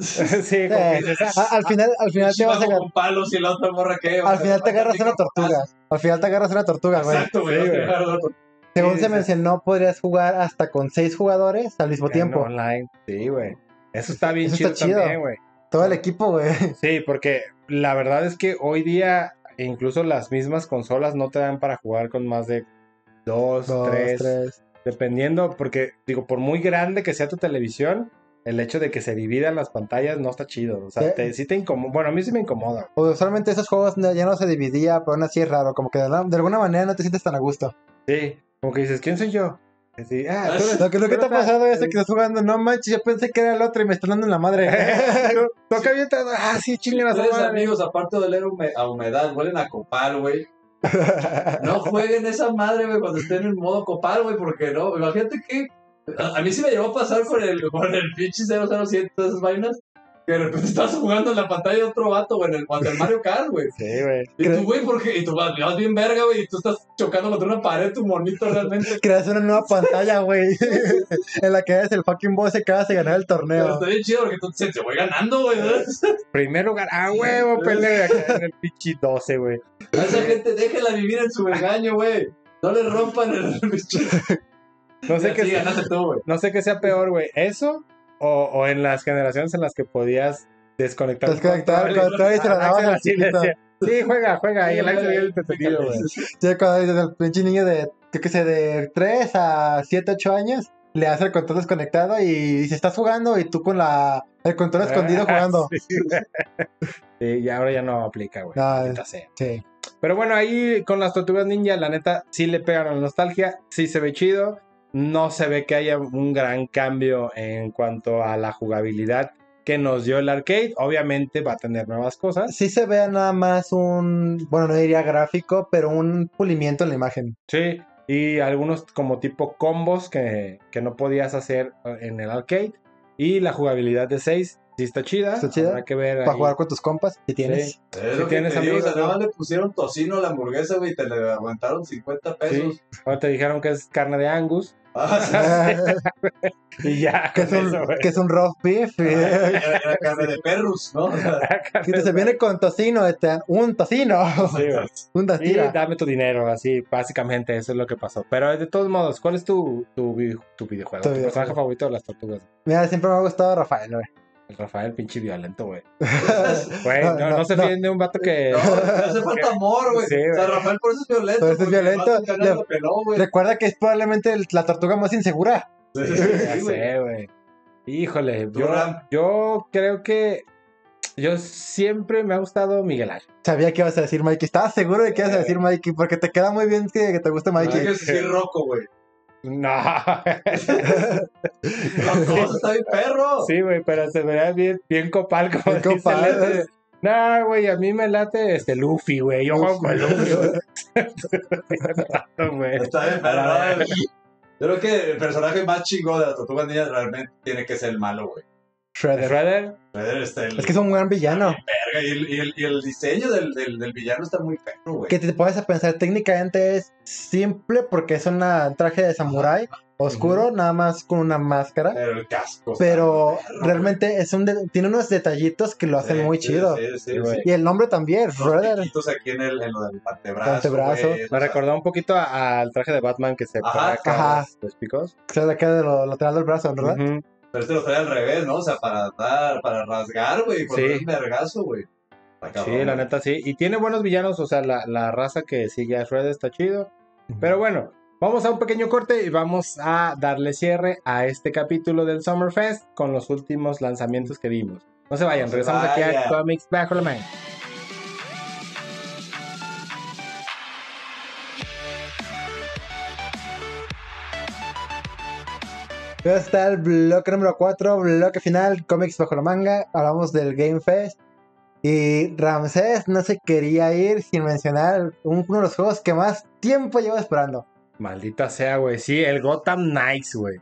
S1: sí, como que
S2: Eh,
S1: dices, ah,
S2: a- al final, al final te
S3: Chiva
S2: vas a
S3: con
S2: agarrar.
S3: un palo y la otra morra que.
S2: Al final te agarras una tortuga. Al final te agarras una tortuga, güey.
S3: Exacto, güey.
S1: Sí,
S3: vas a
S1: güey.
S3: agarrar una tortuga.
S2: Según
S1: sí,
S2: se
S1: sí.
S2: mencionó, podrías jugar hasta con seis jugadores al mismo
S1: "Ah,
S2: tiempo.
S1: online. Sí, güey. Eso está bien
S2: Eso
S1: chido,
S2: está chido.
S1: también, güey.
S2: Todo el equipo, güey.
S1: Sí, porque la verdad es que hoy día incluso las mismas consolas no te dan para jugar con más de dos,
S2: Dos,
S1: tres,
S2: tres.
S1: dependiendo, porque digo, por muy grande que sea tu televisión, el hecho de que se dividan las pantallas no está chido. O sea,
S2: Sí.
S1: te, sí te incomoda. Bueno, a mí sí me incomoda.
S2: O Pues, usualmente esos juegos no- ya no se dividía, pero aún así es raro. Como que de, la- de alguna manera no te sientes tan a gusto.
S1: Sí, como que dices, ¿quién soy yo? Así, ah, tú eres-
S2: Lo que, lo que te ha
S1: Pero,
S2: pasado es
S1: eh,
S2: que estás jugando, no manches, yo pensé que era el otro y me está dando en la madre.
S1: tú- toca bien, te- ah, sí, chingue la
S3: Ustedes,
S1: madre.
S3: amigos, aparte de oler hume- a humedad, huelen a copal, güey. No jueguen esa madre, güey, cuando estén en modo copal, güey, porque no. Imagínate que. A, a mí sí me llegó a pasar con el, con el pinche 007 de esas vainas. Que de repente estás jugando en la pantalla de otro vato, güey, en el, cuando el Mario Kart, güey.
S1: Sí, güey.
S3: Y
S2: Creo-
S3: tú, güey, porque. Y tú vas, vas bien verga, güey, y tú estás chocando contra una pared, tu monito realmente.
S2: Creas una nueva pantalla, güey. en la que eres el fucking boss y acabas de ganar el
S3: Pero
S2: torneo.
S3: está bien chido porque tú se te voy ganando, güey. ¿verdad?
S1: Primer lugar, ah, huevo, pelea. acá en el pinche 12, güey.
S3: A esa gente déjela vivir en su engaño, güey. No le rompan el bicho.
S1: No sé qué
S3: Sí,
S1: sea-
S3: ganaste tú, güey.
S1: No sé qué sea peor, güey. ¿Eso? O, o en las generaciones en las que podías desconectar.
S2: Desconectar el control y se la
S1: Ah, Axel
S2: daban al
S1: así le
S2: chiquito.
S1: decía, Sí, juega, juega. Y el Axel bien
S3: Sí,
S1: entretenido,
S3: güey.
S1: güey.
S2: Sí, cuando desde el pinche niño de, yo qué sé, de 3 a 7, 8 años, le hace el control desconectado y dice, estás jugando y tú con la, el control
S1: Ah,
S2: escondido jugando.
S1: Sí. Sí, y ahora ya no aplica, güey.
S2: Ah,
S1: Maldita sea.
S2: Sí.
S1: Pero bueno, ahí con las tortugas ninja, la neta, sí le pegan a la nostalgia, sí se ve chido, no se ve que haya un gran cambio en cuanto a la jugabilidad que nos dio el arcade, obviamente va a tener nuevas cosas.
S2: Sí se vea nada más un, bueno, no diría gráfico, pero un pulimiento en la imagen.
S1: Sí, y algunos como tipo combos que, que no podías hacer eh, en el arcade. Y la jugabilidad de 6 sí está chida.
S2: Está chida.
S1: Habrá que ver
S2: Para
S1: ahí.
S2: jugar con tus compas, si tienes.
S1: Sí.
S3: Es
S1: Si
S3: lo que
S1: tienes
S3: te digo, o sea,
S1: amigos,
S3: nada más le pusieron tocino a la hamburguesa, güey, y te le aguantaron 50 pesos.
S1: Sí. Ahora te dijeron que es carne de Angus.
S3: Ah, sí,
S1: Y ya,
S2: que,
S1: con
S2: es un,
S1: eso, güey.
S2: que es un roast beef. y-
S3: era, era carne de perros, ¿no?
S2: si te se viene con tocino, este, un tocino,
S1: Sí, güey.
S2: un
S1: Sí,
S2: tira.
S1: dame tu dinero, así, básicamente eso es lo que pasó. Pero de todos modos, ¿cuál es tu, tu, vi- tu videojuego?
S2: Tu
S1: Tu,
S2: videojuego.
S1: personaje favorito de las tortugas.
S2: Mira, siempre me ha gustado Rafael, güey.
S1: El Rafael, pinche violento, güey.
S3: No,
S1: Güey,
S2: No,
S1: no,
S2: no,
S1: no se
S2: no.
S1: fíen de un vato que.
S3: hace falta amor, güey.
S1: Sí,
S3: o sea,
S1: güey.
S3: Rafael por eso es violento.
S2: Por eso es
S3: porque el
S2: violento.
S3: vato ya no
S2: Le-
S3: lo peló, güey.
S2: Recuerda que es probablemente el- la tortuga más insegura.
S3: Sí,
S1: Sí,
S3: sí, sí,
S1: ya
S3: güey.
S1: sé, güey. Híjole,
S3: Tú,
S1: yo,
S3: Ram.
S1: yo creo que. Yo siempre me ha gustado Miguel Ángel.
S2: Sabía que ibas a decir Mikey. Estaba seguro de que ibas a decir Mikey porque te queda muy bien que, que te guste
S3: Hay
S2: Mikey.
S3: que decir roco, güey.
S1: No.
S3: Roco, está bien perro.
S1: Sí, güey, pero se veía bien, bien copal. Como
S2: Bien
S1: dice
S2: copal.
S1: el otro. No, güey, a mí me late este Luffy, güey. Yo juego con Luffy, güey. güey.
S3: Está bien perro. güey. Yo creo que el personaje más chingón de la Tortuga Ninja realmente tiene que ser el malo, güey.
S2: Shredder.
S1: Shredder,
S3: Shredder está el
S2: Es que es un gran villano.
S3: verga y el, y el- y el diseño del, del, del villano está muy perro, güey.
S2: Que te pones a pensar, técnicamente es simple porque es una- un traje de samurái oscuro, nada más con una máscara.
S3: Pero el casco. está
S2: pero
S3: muy perro,
S2: realmente es un de- tiene unos detallitos que lo
S3: güey.
S2: hacen
S3: Sí,
S2: muy
S3: Eh, sí,
S2: chido.
S3: Sí, sí,
S1: Sí,
S3: sí.
S1: güey.
S2: Y el nombre también,
S3: Los
S2: Shredder.
S3: piquitos aquí en el, en lo del antebrazo.
S2: Antebrazo.
S3: güey, o
S1: me
S3: sea,
S1: recordó un poquito a- al traje de Batman que se
S3: Ajá,
S1: pone acá
S2: ajá.
S1: los- los picos.
S2: O sea, de acá de lo lateral del brazo, ¿verdad?
S1: Ujú.
S3: Pero este lo trae al revés, ¿no? O sea, para dar, para rasgar, güey. Por
S1: Sí.
S3: un vergazo, güey. Está cabrón,
S1: Sí, la
S3: güey.
S1: neta sí. Y tiene buenos villanos, o sea, la, la raza que sigue a Shredder está chido. Pero bueno, vamos a un pequeño corte y vamos a darle cierre a este capítulo del Summerfest con los últimos lanzamientos que vimos. No se vayan,
S3: No se
S1: regresamos aquí a
S3: vayan.
S1: Comics Bajo la Manga.
S2: Ya está el bloque número 4, bloque final, cómics bajo la manga. Hablamos del Game Fest. Y Ramsés no se quería ir sin mencionar un- uno de los juegos que más tiempo lleva esperando.
S1: Maldita sea, güey. Sí, el Gotham Knights, güey.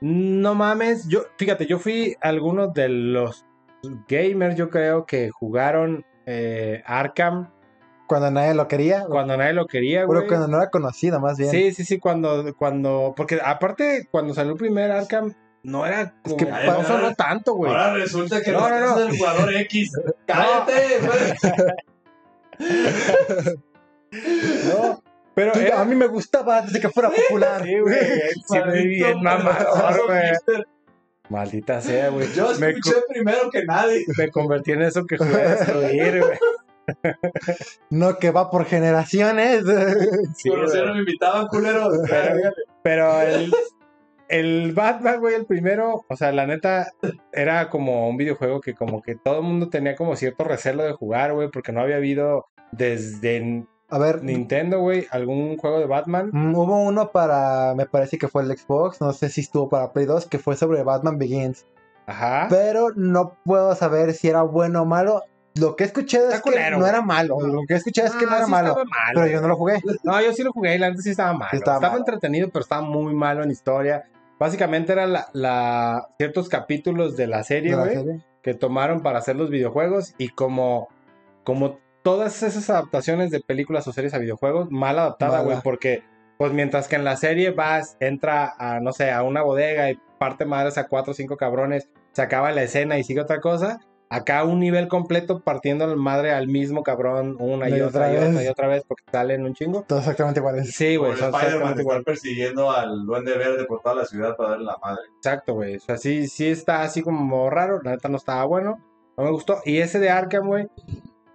S1: No mames, yo, fíjate, yo fui alguno de los gamers, yo creo, que jugaron eh, Arkham
S2: Cuando nadie lo quería, o
S1: cuando nadie lo quería,
S2: pero
S1: Eh, güey.
S2: cuando no era conocido, más bien.
S1: Sí, sí, sí, cuando, cuando, porque aparte, cuando salió el primer Arkham, no era como,
S2: que
S1: no
S3: para-
S1: sonó tanto, güey.
S3: Ahora resulta que
S1: No,
S3: no,
S1: no, no.
S3: es el jugador X. ¡Cállate! güey!
S1: No, pero
S2: Tú-
S1: era-
S2: a mí me gustaba desde que fuera popular.
S1: ¿eh? Sí, güey, sí, muy bien, mamador, güey. Maldita sea, güey.
S3: Yo
S1: Me,
S3: escuché primero que nadie.
S1: me convertí en eso que jugué a destruir, güey.
S2: No que va por generaciones.
S1: Sí,
S3: Por eso
S1: güey.
S3: no me invitaban, culero.
S1: Pero- Pero el, el Batman, güey, el primero, o sea, la neta, era como un videojuego que como que todo el mundo tenía como cierto recelo de jugar, güey, porque no había habido desde N-
S2: A ver,
S1: Nintendo, güey, algún juego de Batman.
S2: mm, hubo uno para, me parece que fue el Xbox, no sé si estuvo para Play 2, que fue sobre Batman Begins.
S1: Ajá.
S2: pero no puedo saber si era bueno o malo. Lo que escuché es
S1: Está
S2: que
S1: culero,
S2: no
S1: güey.
S2: era malo. Lo que escuché es que no
S1: Ah,
S2: era
S1: sí
S2: malo,
S1: estaba malo.
S2: pero yo no lo jugué.
S1: No, yo sí lo jugué y la neta sí estaba malo.
S2: Sí estaba
S1: estaba
S2: malo.
S1: entretenido, pero estaba muy malo en historia. Básicamente eran la, la- ciertos capítulos de la serie,
S2: de la
S1: güey,
S2: serie.
S1: que tomaron para hacer los videojuegos y como, como todas esas adaptaciones de películas o series a videojuegos, mal adaptada,
S2: Mala.
S1: güey, porque pues mientras que en la serie vas, entra a, no sé, a una bodega y parte madres a cuatro o cinco cabrones, se acaba la escena y sigue otra cosa, acá un nivel completo partiendo la madre al mismo cabrón una y,
S2: Y
S1: otra,
S2: otra
S1: y otra
S2: vez.
S1: y otra vez porque salen un chingo.
S2: Todo exactamente igual es.
S1: Sí,
S3: Como
S1: güey,
S3: el
S1: son
S3: Spider-Man
S1: exactamente
S3: de
S1: igual.
S3: estar persiguiendo al Duende Verde por toda la ciudad para darle la madre.
S1: Exacto, güey. O sea, sí, sí está así como raro. La neta no estaba bueno. No me gustó. Y ese de Arkham, güey.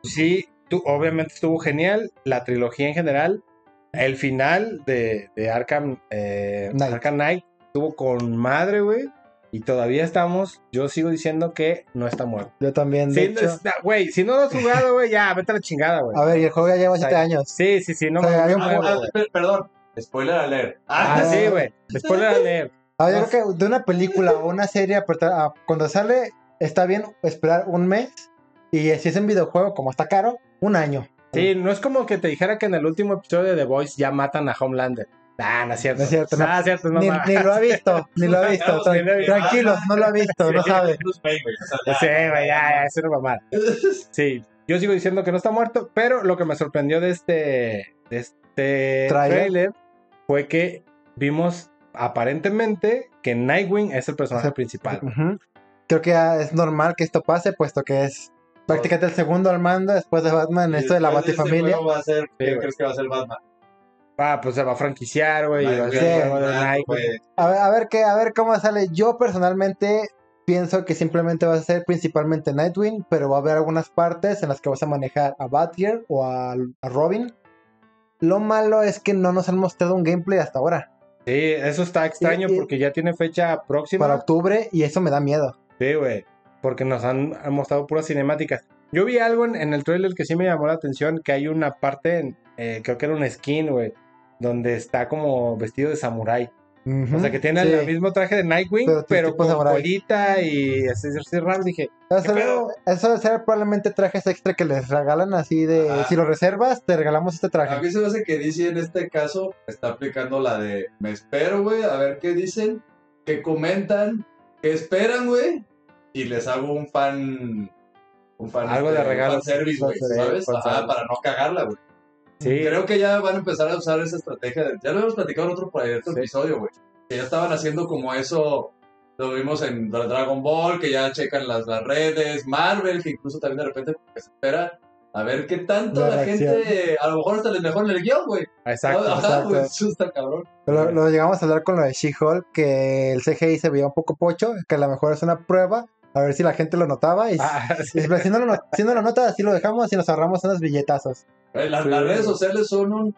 S1: Sí, tú, obviamente estuvo genial. La trilogía en general. El final de, de Arkham, eh,
S2: Knight.
S1: Arkham Knight estuvo con madre, güey. Y todavía estamos. Yo sigo diciendo que no está muerto.
S2: Yo también, de
S1: Sí,
S2: hecho.
S1: está- Güey, si no lo has jugado, güey, ya, vete a la chingada, güey.
S2: A ver, y el juego ya lleva
S1: O sea,
S2: 7 años.
S1: Sí, sí, sí, no
S2: O sea,
S1: me-
S2: había
S1: no
S2: un
S1: me-
S3: Ah, ah,
S1: güey.
S3: per- perdón. Spoiler alert.
S1: Ah,
S3: Ah,
S1: sí, güey. Después de leer.
S2: A ver, Ah, yo creo que de una película o una serie, apretar- ah, cuando sale, está bien esperar un mes. Y si es en videojuego, como está caro, un año.
S1: Sí, no es como que te dijera que en el último episodio de The Voice ya matan a Homelander. Ah, no es cierto.
S2: No es cierto, no.
S1: Ah, es cierto, no
S2: Ni,
S1: mames.
S2: ni lo ha visto, ni lo ha visto. Tran-
S1: Ni lo ha visto.
S2: tranquilos, no lo ha visto, no
S3: sí,
S2: sabe.
S3: Ah, Bruce Wayne, güey, o sea,
S1: Sí,
S3: ya.
S1: güey, ya, ya, eso era mamada. Sí, yo sigo diciendo que no está muerto, pero lo que me sorprendió de este, de este
S2: Trailer.
S1: trailer fue que vimos aparentemente que Nightwing es el personaje
S2: Ajá.
S1: principal.
S2: Ujú. Creo que ya es normal que esto pase, puesto que es prácticamente el segundo al mando después de Batman en esto de la
S3: Después este
S2: Batifamilia.
S3: juego va a ser, ¿Qué
S1: güey.
S3: crees que va a ser Batman?
S1: Ah, pues se va a franquiciar, güey. y va a
S3: Nightwing,
S1: ser
S2: sí,
S1: juego de
S3: Batman,
S1: Nightwing.
S3: güey.
S2: A ver, a ver qué, a ver cómo sale. Yo personalmente pienso que simplemente va a ser principalmente Nightwing, pero va a haber algunas partes en las que vas a manejar a Batgirl o a, a Robin. Lo malo es que no nos han mostrado un gameplay hasta ahora,
S1: Sí, eso está extraño
S2: Y- y-
S1: porque ya tiene fecha próxima.
S2: para octubre, y eso me da miedo.
S1: Sí, güey. Porque nos han, han mostrado puras cinemáticas. Yo vi algo en, en el trailer que sí me llamó la atención, que hay una parte, en- eh, creo que era un skin, güey, donde está como vestido de samurái. O sea, que tiene
S2: Sí.
S1: el mismo traje de Nightwing,
S2: Pero
S1: pero,
S2: tu tipo
S1: con
S2: samurái.
S1: colita y así, así raro. Dije,
S2: Eso,
S1: ¿Qué pedo?
S2: eso debe ser probablemente trajes extra que les regalan así de...
S3: Ajá.
S2: Si lo reservas, te regalamos este
S3: A
S2: traje.
S3: mí se me hace que DC en este caso está aplicando la de me espero, güey, a ver qué dicen, qué comentan, qué esperan, güey, y les hago un fan. Un fan este,
S1: Algo de
S3: un
S1: regalo.
S3: fan service, güey,
S2: Fan service,
S3: ¿sabes?
S2: fan
S3: Ajá,
S2: service.
S3: para no cagarla, güey.
S1: sí,
S3: Creo que ya van a empezar a usar esa estrategia. de- ya lo hemos platicado en otro, en otro
S1: Sí.
S3: episodio, güey. Que ya estaban haciendo como eso. Lo vimos en Dra- Dragon Ball, que ya checan las, las redes. Marvel, que incluso también de repente pues, se espera a ver qué tanto
S2: La
S3: la,
S2: reacción.
S3: gente. A lo mejor hasta les mejor en el guión, güey. Ah,
S1: exacto.
S3: Ajá,
S2: exacto.
S3: güey, eso está cabrón.
S1: Ah,
S2: Lo, lo llegamos a hablar con lo de She-Hulk, que el CGI se veía un poco pocho, que a lo mejor es una prueba, a ver si la gente lo notaba. Y,
S1: Ah, sí.
S2: y si- si, no lo, not- si no lo nota, así lo dejamos y nos ahorramos unos billetazos.
S3: Eh, Las,
S1: Sí.
S3: las redes sociales son un.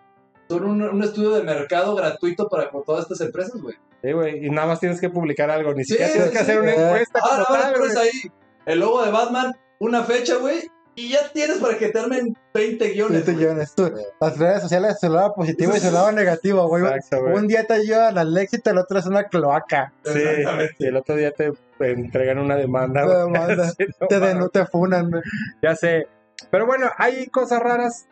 S3: Son un, un estudio de mercado gratuito para con todas estas empresas, güey.
S1: Sí, güey. Y nada más tienes que publicar algo. Ni
S3: Sí,
S1: siquiera tienes
S3: sí,
S1: que hacer
S2: sí. Ah,
S1: una encuesta. como
S3: Ahora, ahora
S1: tal,
S3: Ah, pones
S1: güey.
S3: ahí el logo de Batman, una fecha, güey, y ya tienes para que te armen 20 guiones.
S2: Siete
S3: güey.
S2: millones. Tú, las redes sociales, su lado positivo y su lado negativo, güey.
S1: Exacto, güey.
S2: Un día te ayudan al éxito, el otro es una cloaca.
S1: Sí,
S3: Exactamente.
S1: y el otro día te entregan una demanda.
S2: Una
S1: güey.
S2: demanda.
S1: Sí, no
S2: Te,
S1: mames.
S2: denu- te funan. güey.
S1: Ya sé. Pero bueno, hay cosas raras.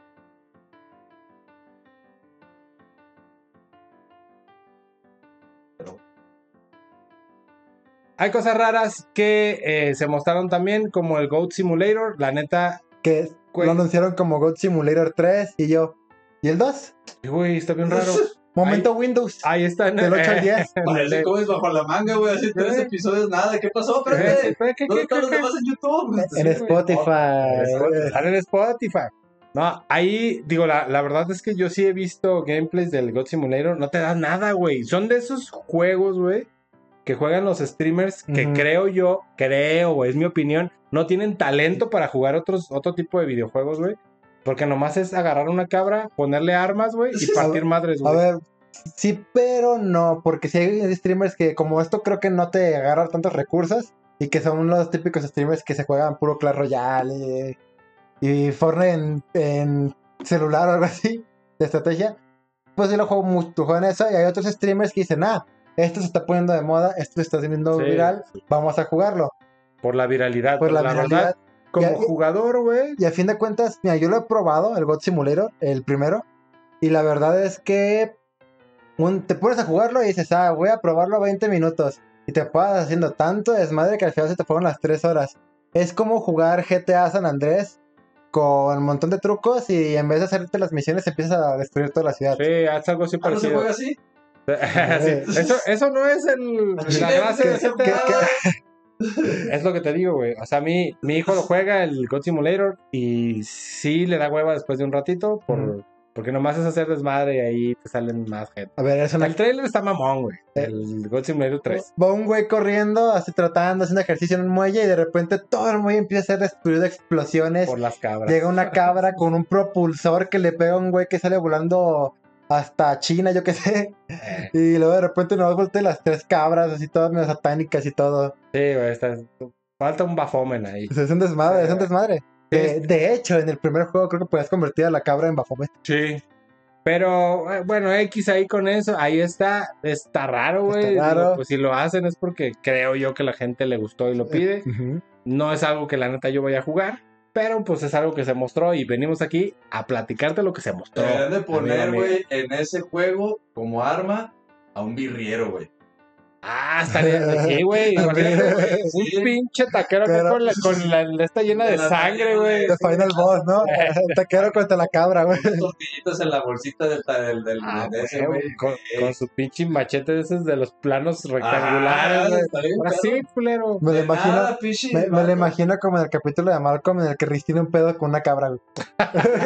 S1: Hay cosas raras que eh, se mostraron también, como el Goat Simulator. La neta,
S2: Que
S1: Güey.
S2: lo anunciaron como God Simulator 3 y yo. ¿Y el 2?
S1: güey, está bien raro.
S2: Momento Windows.
S1: Ahí Eh, está. en
S2: Del 8 al 10.
S3: Parece como es bajo la manga, güey, así tres
S1: Sí.
S3: episodios, nada. ¿Qué pasó?
S1: eh,
S3: Espérate. ¿Dónde están los demás en YouTube?
S2: En
S3: Sí, güey.
S2: Spotify.
S1: Están en Spotify. Eh. No, ahí, digo, la, la verdad es que yo sí he visto gameplays del God Simulator. No te da nada, güey. Son de esos juegos, güey, que juegan los streamers que
S2: Ujú.
S1: creo yo, creo, güey, es mi opinión, no tienen talento para jugar otros, otro tipo de videojuegos, güey. Porque nomás es agarrar una cabra, ponerle armas, güey, y partir madres,
S2: A
S1: güey.
S2: ver, sí, pero no, porque si hay streamers que como esto creo que no te agarran tantos recursos y que son los típicos streamers que se juegan puro Clash Royale eh, y Fortnite en, en celular o algo así de estrategia. Pues yo lo juego mucho juego en eso y hay otros streamers que dicen, ah, esto se está poniendo de moda, esto se está haciendo
S1: Sí.
S2: viral, vamos a jugarlo.
S1: Por la viralidad.
S2: Por
S1: pero
S2: la,
S1: verdad,
S2: viralidad.
S1: como
S2: Ya-
S1: jugador, güey.
S2: Y a fin de cuentas, mira, yo lo he probado, el God Simulator, el primero. Y la verdad es que un- te pones a jugarlo y dices, ah, voy a probarlo 20 minutos. Y te pasas haciendo tanto desmadre que al final se te fueron las 3 horas. Es como jugar GTA San Andrés con un montón de trucos y en vez de hacerte las misiones empiezas a destruir toda la ciudad.
S1: Sí, haz algo así
S3: Ah, ¿no se
S1: parecido.
S3: juega así?
S1: Sí, eso, eso no es el, la gracia de
S2: Eh. que-
S1: hacer
S2: que-
S1: nada. Es lo que te digo, güey. O sea, mi, mi hijo lo juega, el God Simulator, y sí le da hueva después de un ratito, por,
S2: Ujú.
S1: porque nomás es hacer desmadre y ahí te salen más gente.
S2: A ver, es una...
S1: El trailer está mamón, güey. El God Simulator 3.
S2: Va un güey corriendo, así tratando, haciendo ejercicio en un muelle y de repente todo el muelle empieza a ser destruido de explosiones.
S1: Por las cabras.
S2: Llega una cabra con un propulsor que le pega a un güey que sale volando hasta China, yo qué sé.
S1: Eh,
S2: Y luego de repente nos voltea las tres cabras, así todas medio satánicas y todo.
S1: Sí, güey. está- Falta un bafomen ahí.
S2: O sea, es un desmadre,
S3: Eh,
S2: es un desmadre. De, de hecho, en el primer juego creo que podías convertir a la cabra en Baphomet.
S1: Sí. Pero eh, bueno, X ahí con eso, ahí está, está raro,
S2: Está
S1: güey. Digo,
S2: raro.
S1: Pues si lo hacen es porque creo yo que la gente le gustó y lo pide. No es algo que la neta yo vaya a jugar, pero pues es algo que se mostró y venimos aquí a platicarte lo que se mostró.
S3: Deberían de
S1: amigo,
S3: poner,
S1: amiga.
S3: güey, en ese juego como arma a un birriero, güey.
S1: Ah, estaría de aquí, güey. Imagínate, güey,
S3: Sí.
S1: Un pinche taquero acá
S2: Pero-
S1: con, la, con la, la esta llena de
S3: La-
S1: sangre, güey.
S2: The Final Boss, ¿no?
S3: Eh.
S2: Te quedo contra la cabra, güey.
S3: Unas tortillitas en la bolsita del, del, del-
S1: Ah,
S3: de ese,
S1: güey,
S3: güey.
S1: Con, con su pinche machete de esos de los planos rectangulares,
S3: Ah,
S1: güey.
S3: está bien,
S1: Así,
S3: claro.
S1: culero.
S2: Me lo
S3: De
S2: imagino.
S3: nada, pinche
S2: Me, me lo
S3: vato.
S2: imagino como en el capítulo de Malcolm en el que Riz tiene un pedo con una cabra, güey.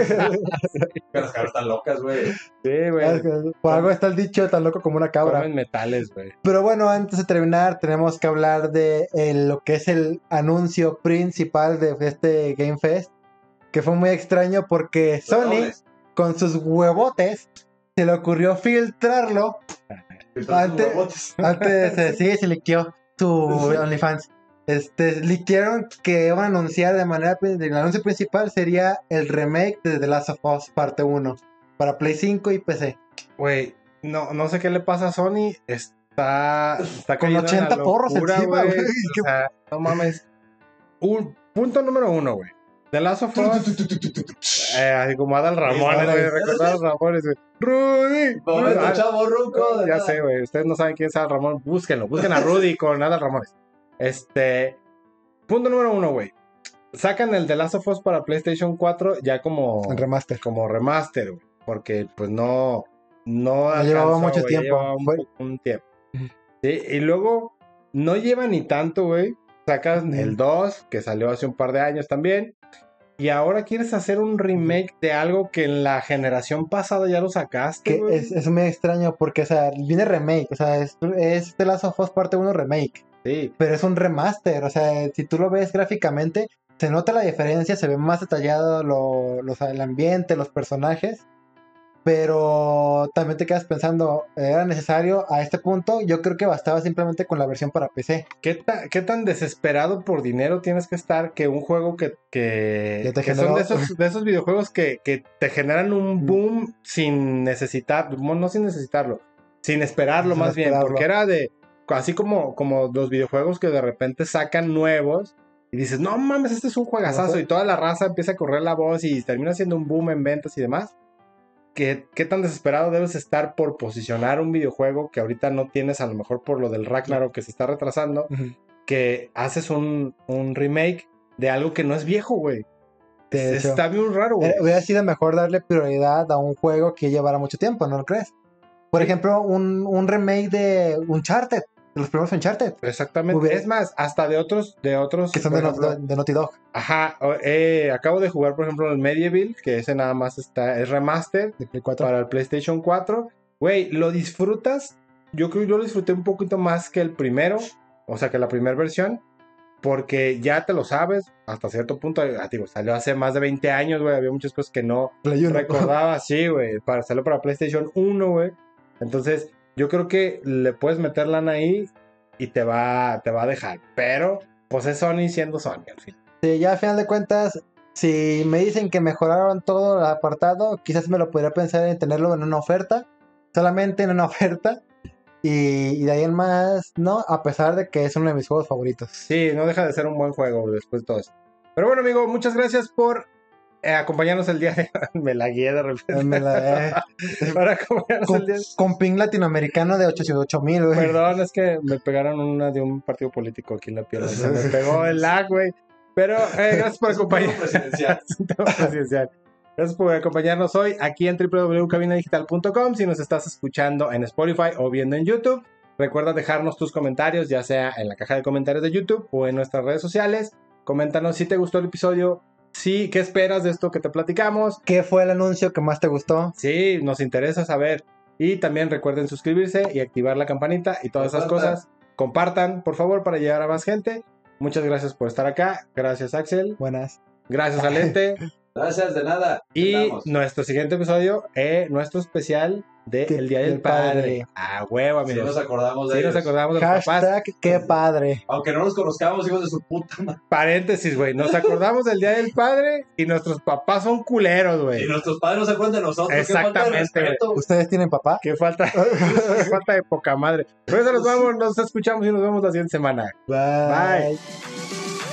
S3: Que Las cabras están locas, güey.
S1: Sí, güey.
S2: Por algo está el dicho tan loco como una cabra.
S1: Comen metales, güey.
S2: Pero bueno, antes de terminar, tenemos que hablar de eh, lo que es el anuncio principal de este Game Fest, que fue muy extraño porque Sony,
S3: Dobles.
S2: con sus huevotes, se le ocurrió filtrarlo
S3: Entonces,
S2: Antes-
S3: huevotes.
S2: antes de sí, se liqueó su OnlyFans. Este, liquearon que iban a anunciar de manera, prin- el anuncio principal sería el remake de The Last of Us parte 1 para Play 5 y PC.
S1: Güey, no, no sé qué le pasa a Sony. Está, está
S2: Con
S1: cayendo en la
S2: 80 porros
S1: locura,
S2: encima, güey.
S1: O sea, no mames. Un, punto número uno, güey. The Last of Us, eh, así como Adal Ramones,
S2: Adal.
S1: güey. Recordar a Ramones, güey. Rudy. Rudy.
S3: Momento,
S1: Ah,
S3: chavo ruco. de
S1: Ya
S3: nada.
S1: sé, güey. Ustedes no saben quién es Adal Ramón. Búsquenlo. Busquen a Rudy con Adal Ramones. Este. Punto número uno, güey. Sacan el The Last of Us para PlayStation 4 ya como
S2: En remaster.
S1: este, como remaster, güey, porque pues no no
S2: Ya llevaba mucho
S1: güey, ya
S2: tiempo,
S1: llevaba un,
S2: fue-
S1: un tiempo. Sí, y luego no lleva ni tanto, güey. Sacas
S2: Ujú.
S1: el 2 que salió hace un par de años también. Y ahora quieres hacer un remake de algo que en la generación pasada ya lo sacaste,
S2: Que
S1: güey.
S2: es, es muy extraño porque, o sea, viene remake, o sea, es, es The Last of Us parte 1 remake,
S1: Sí,
S2: pero es un remaster, o sea, si tú lo ves gráficamente, se nota la diferencia, se ve más detallado lo, los- el ambiente, los personajes, pero también te quedas pensando, ¿era necesario a este punto? Yo creo que bastaba simplemente con la versión para PC,
S1: ¿Qué, ta- qué tan desesperado por dinero tienes que estar que un juego que, que,
S2: Que te
S1: que son
S2: generó-
S1: de esos, de esos videojuegos que, que te generan un
S2: Mm.
S1: boom sin necesitar, bueno, no sin necesitarlo, sin esperarlo
S2: Sin
S1: más bien,
S2: esperarlo.
S1: porque era de, así como, como los videojuegos que de repente sacan nuevos y dices, no mames, este es un juegazazo
S2: Ajá.
S1: y toda la raza empieza a correr la voz y termina siendo un boom en ventas y demás. ¿Qué, ¿Qué tan desesperado debes estar por posicionar un videojuego que ahorita no tienes, a lo mejor por lo del Ragnarok que se está retrasando? que haces un, un remake de algo que no es viejo, güey.
S2: de hecho.
S1: Está bien raro, güey.
S2: Eh, Hubiera sido mejor darle prioridad a un juego que llevara mucho tiempo, ¿no lo crees? Por ejemplo, un, un remake de Uncharted, de los primeros Uncharted.
S1: Exactamente.
S2: hubiera-
S1: Es más, hasta de otros, de otros.
S2: que son
S1: por
S2: de,
S1: ejemplo,
S2: Not- de Naughty Dog.
S1: Ajá. o- eh, acabo de jugar, por ejemplo, el Medieval, que ese nada más está, es remaster
S2: de Play 4.
S1: para el PlayStation 4. Güey, lo disfrutas. Yo creo que yo lo disfruté un poquito más que el primero, o sea, que la primera versión, porque ya te lo sabes, hasta cierto punto, ah, digo, salió hace más de 20 años, güey, había muchas cosas que no,
S2: Play 1.
S1: recordaba, sí, güey. Para, salió para PlayStation 1, güey. Entonces, yo creo que le puedes meter lana ahí y te va, te va a dejar. Pero, pues es Sony siendo Sony, al fin.
S2: Sí, ya al final de cuentas, si me dicen que mejoraron todo el apartado, quizás me lo podría pensar en tenerlo en una oferta. Solamente en una oferta. Y, y de ahí en más, no, a pesar de que es uno de mis juegos favoritos.
S1: Sí, no deja de ser un buen juego güey, después de todo eso. Pero bueno, amigo, muchas gracias por eh, acompañarnos el día de Me la guié de
S2: Eh,
S1: repente.
S2: me la- eh,
S1: Por acompañarnos
S2: con,
S1: el día
S2: con ping latinoamericano de 88 mil, güey.
S1: Perdón, es que me pegaron una de un partido político aquí en la pierna. Se me pegó el lag, güey. Pero eh, gracias
S2: pues,
S1: por acompañarnos.
S3: Presidencial.
S1: Asunto presidencial. Gracias por acompañarnos hoy aquí en www.cabinadigital.com. Si nos estás escuchando en Spotify o viendo en YouTube, recuerda dejarnos tus comentarios, ya sea en la caja de comentarios de YouTube o en nuestras redes sociales. Coméntanos si te gustó el episodio, si qué esperas de esto que te platicamos.
S2: ¿Qué fue el anuncio que más te gustó?
S1: Sí, nos interesa saber. Y también recuerden suscribirse y activar la campanita y todas esas
S3: Compartan.
S1: cosas. Compartan, por favor, para llegar a más gente. Muchas gracias por estar acá. Gracias, Axel.
S2: Buenas.
S1: Gracias, Alente.
S3: Gracias, de nada.
S1: Y
S3: Andamos.
S1: nuestro siguiente episodio, eh, nuestro especial de
S2: Que-
S1: El Día
S2: del
S1: del
S2: Padre.
S1: Padre. A huevo,
S3: Si nos
S1: amigos.
S3: acordamos de
S1: Sí
S3: ellos.
S1: nos acordamos de los papás.
S2: Hashtag, qué padre.
S3: Aunque no nos conozcamos, hijos de su puta madre.
S1: Paréntesis, güey. Nos acordamos del Día del Padre y nuestros papás son culeros,
S3: Y
S1: güey.
S3: nuestros padres no se acuerdan de nosotros. Qué falta de
S1: Exactamente,
S3: respeto.
S2: ¿Ustedes tienen papá?
S1: Qué falta, qué falta de Pues poca madre. Por eso nos vamos, nos escuchamos y nos vemos la siguiente semana.
S2: Bye.
S1: Bye.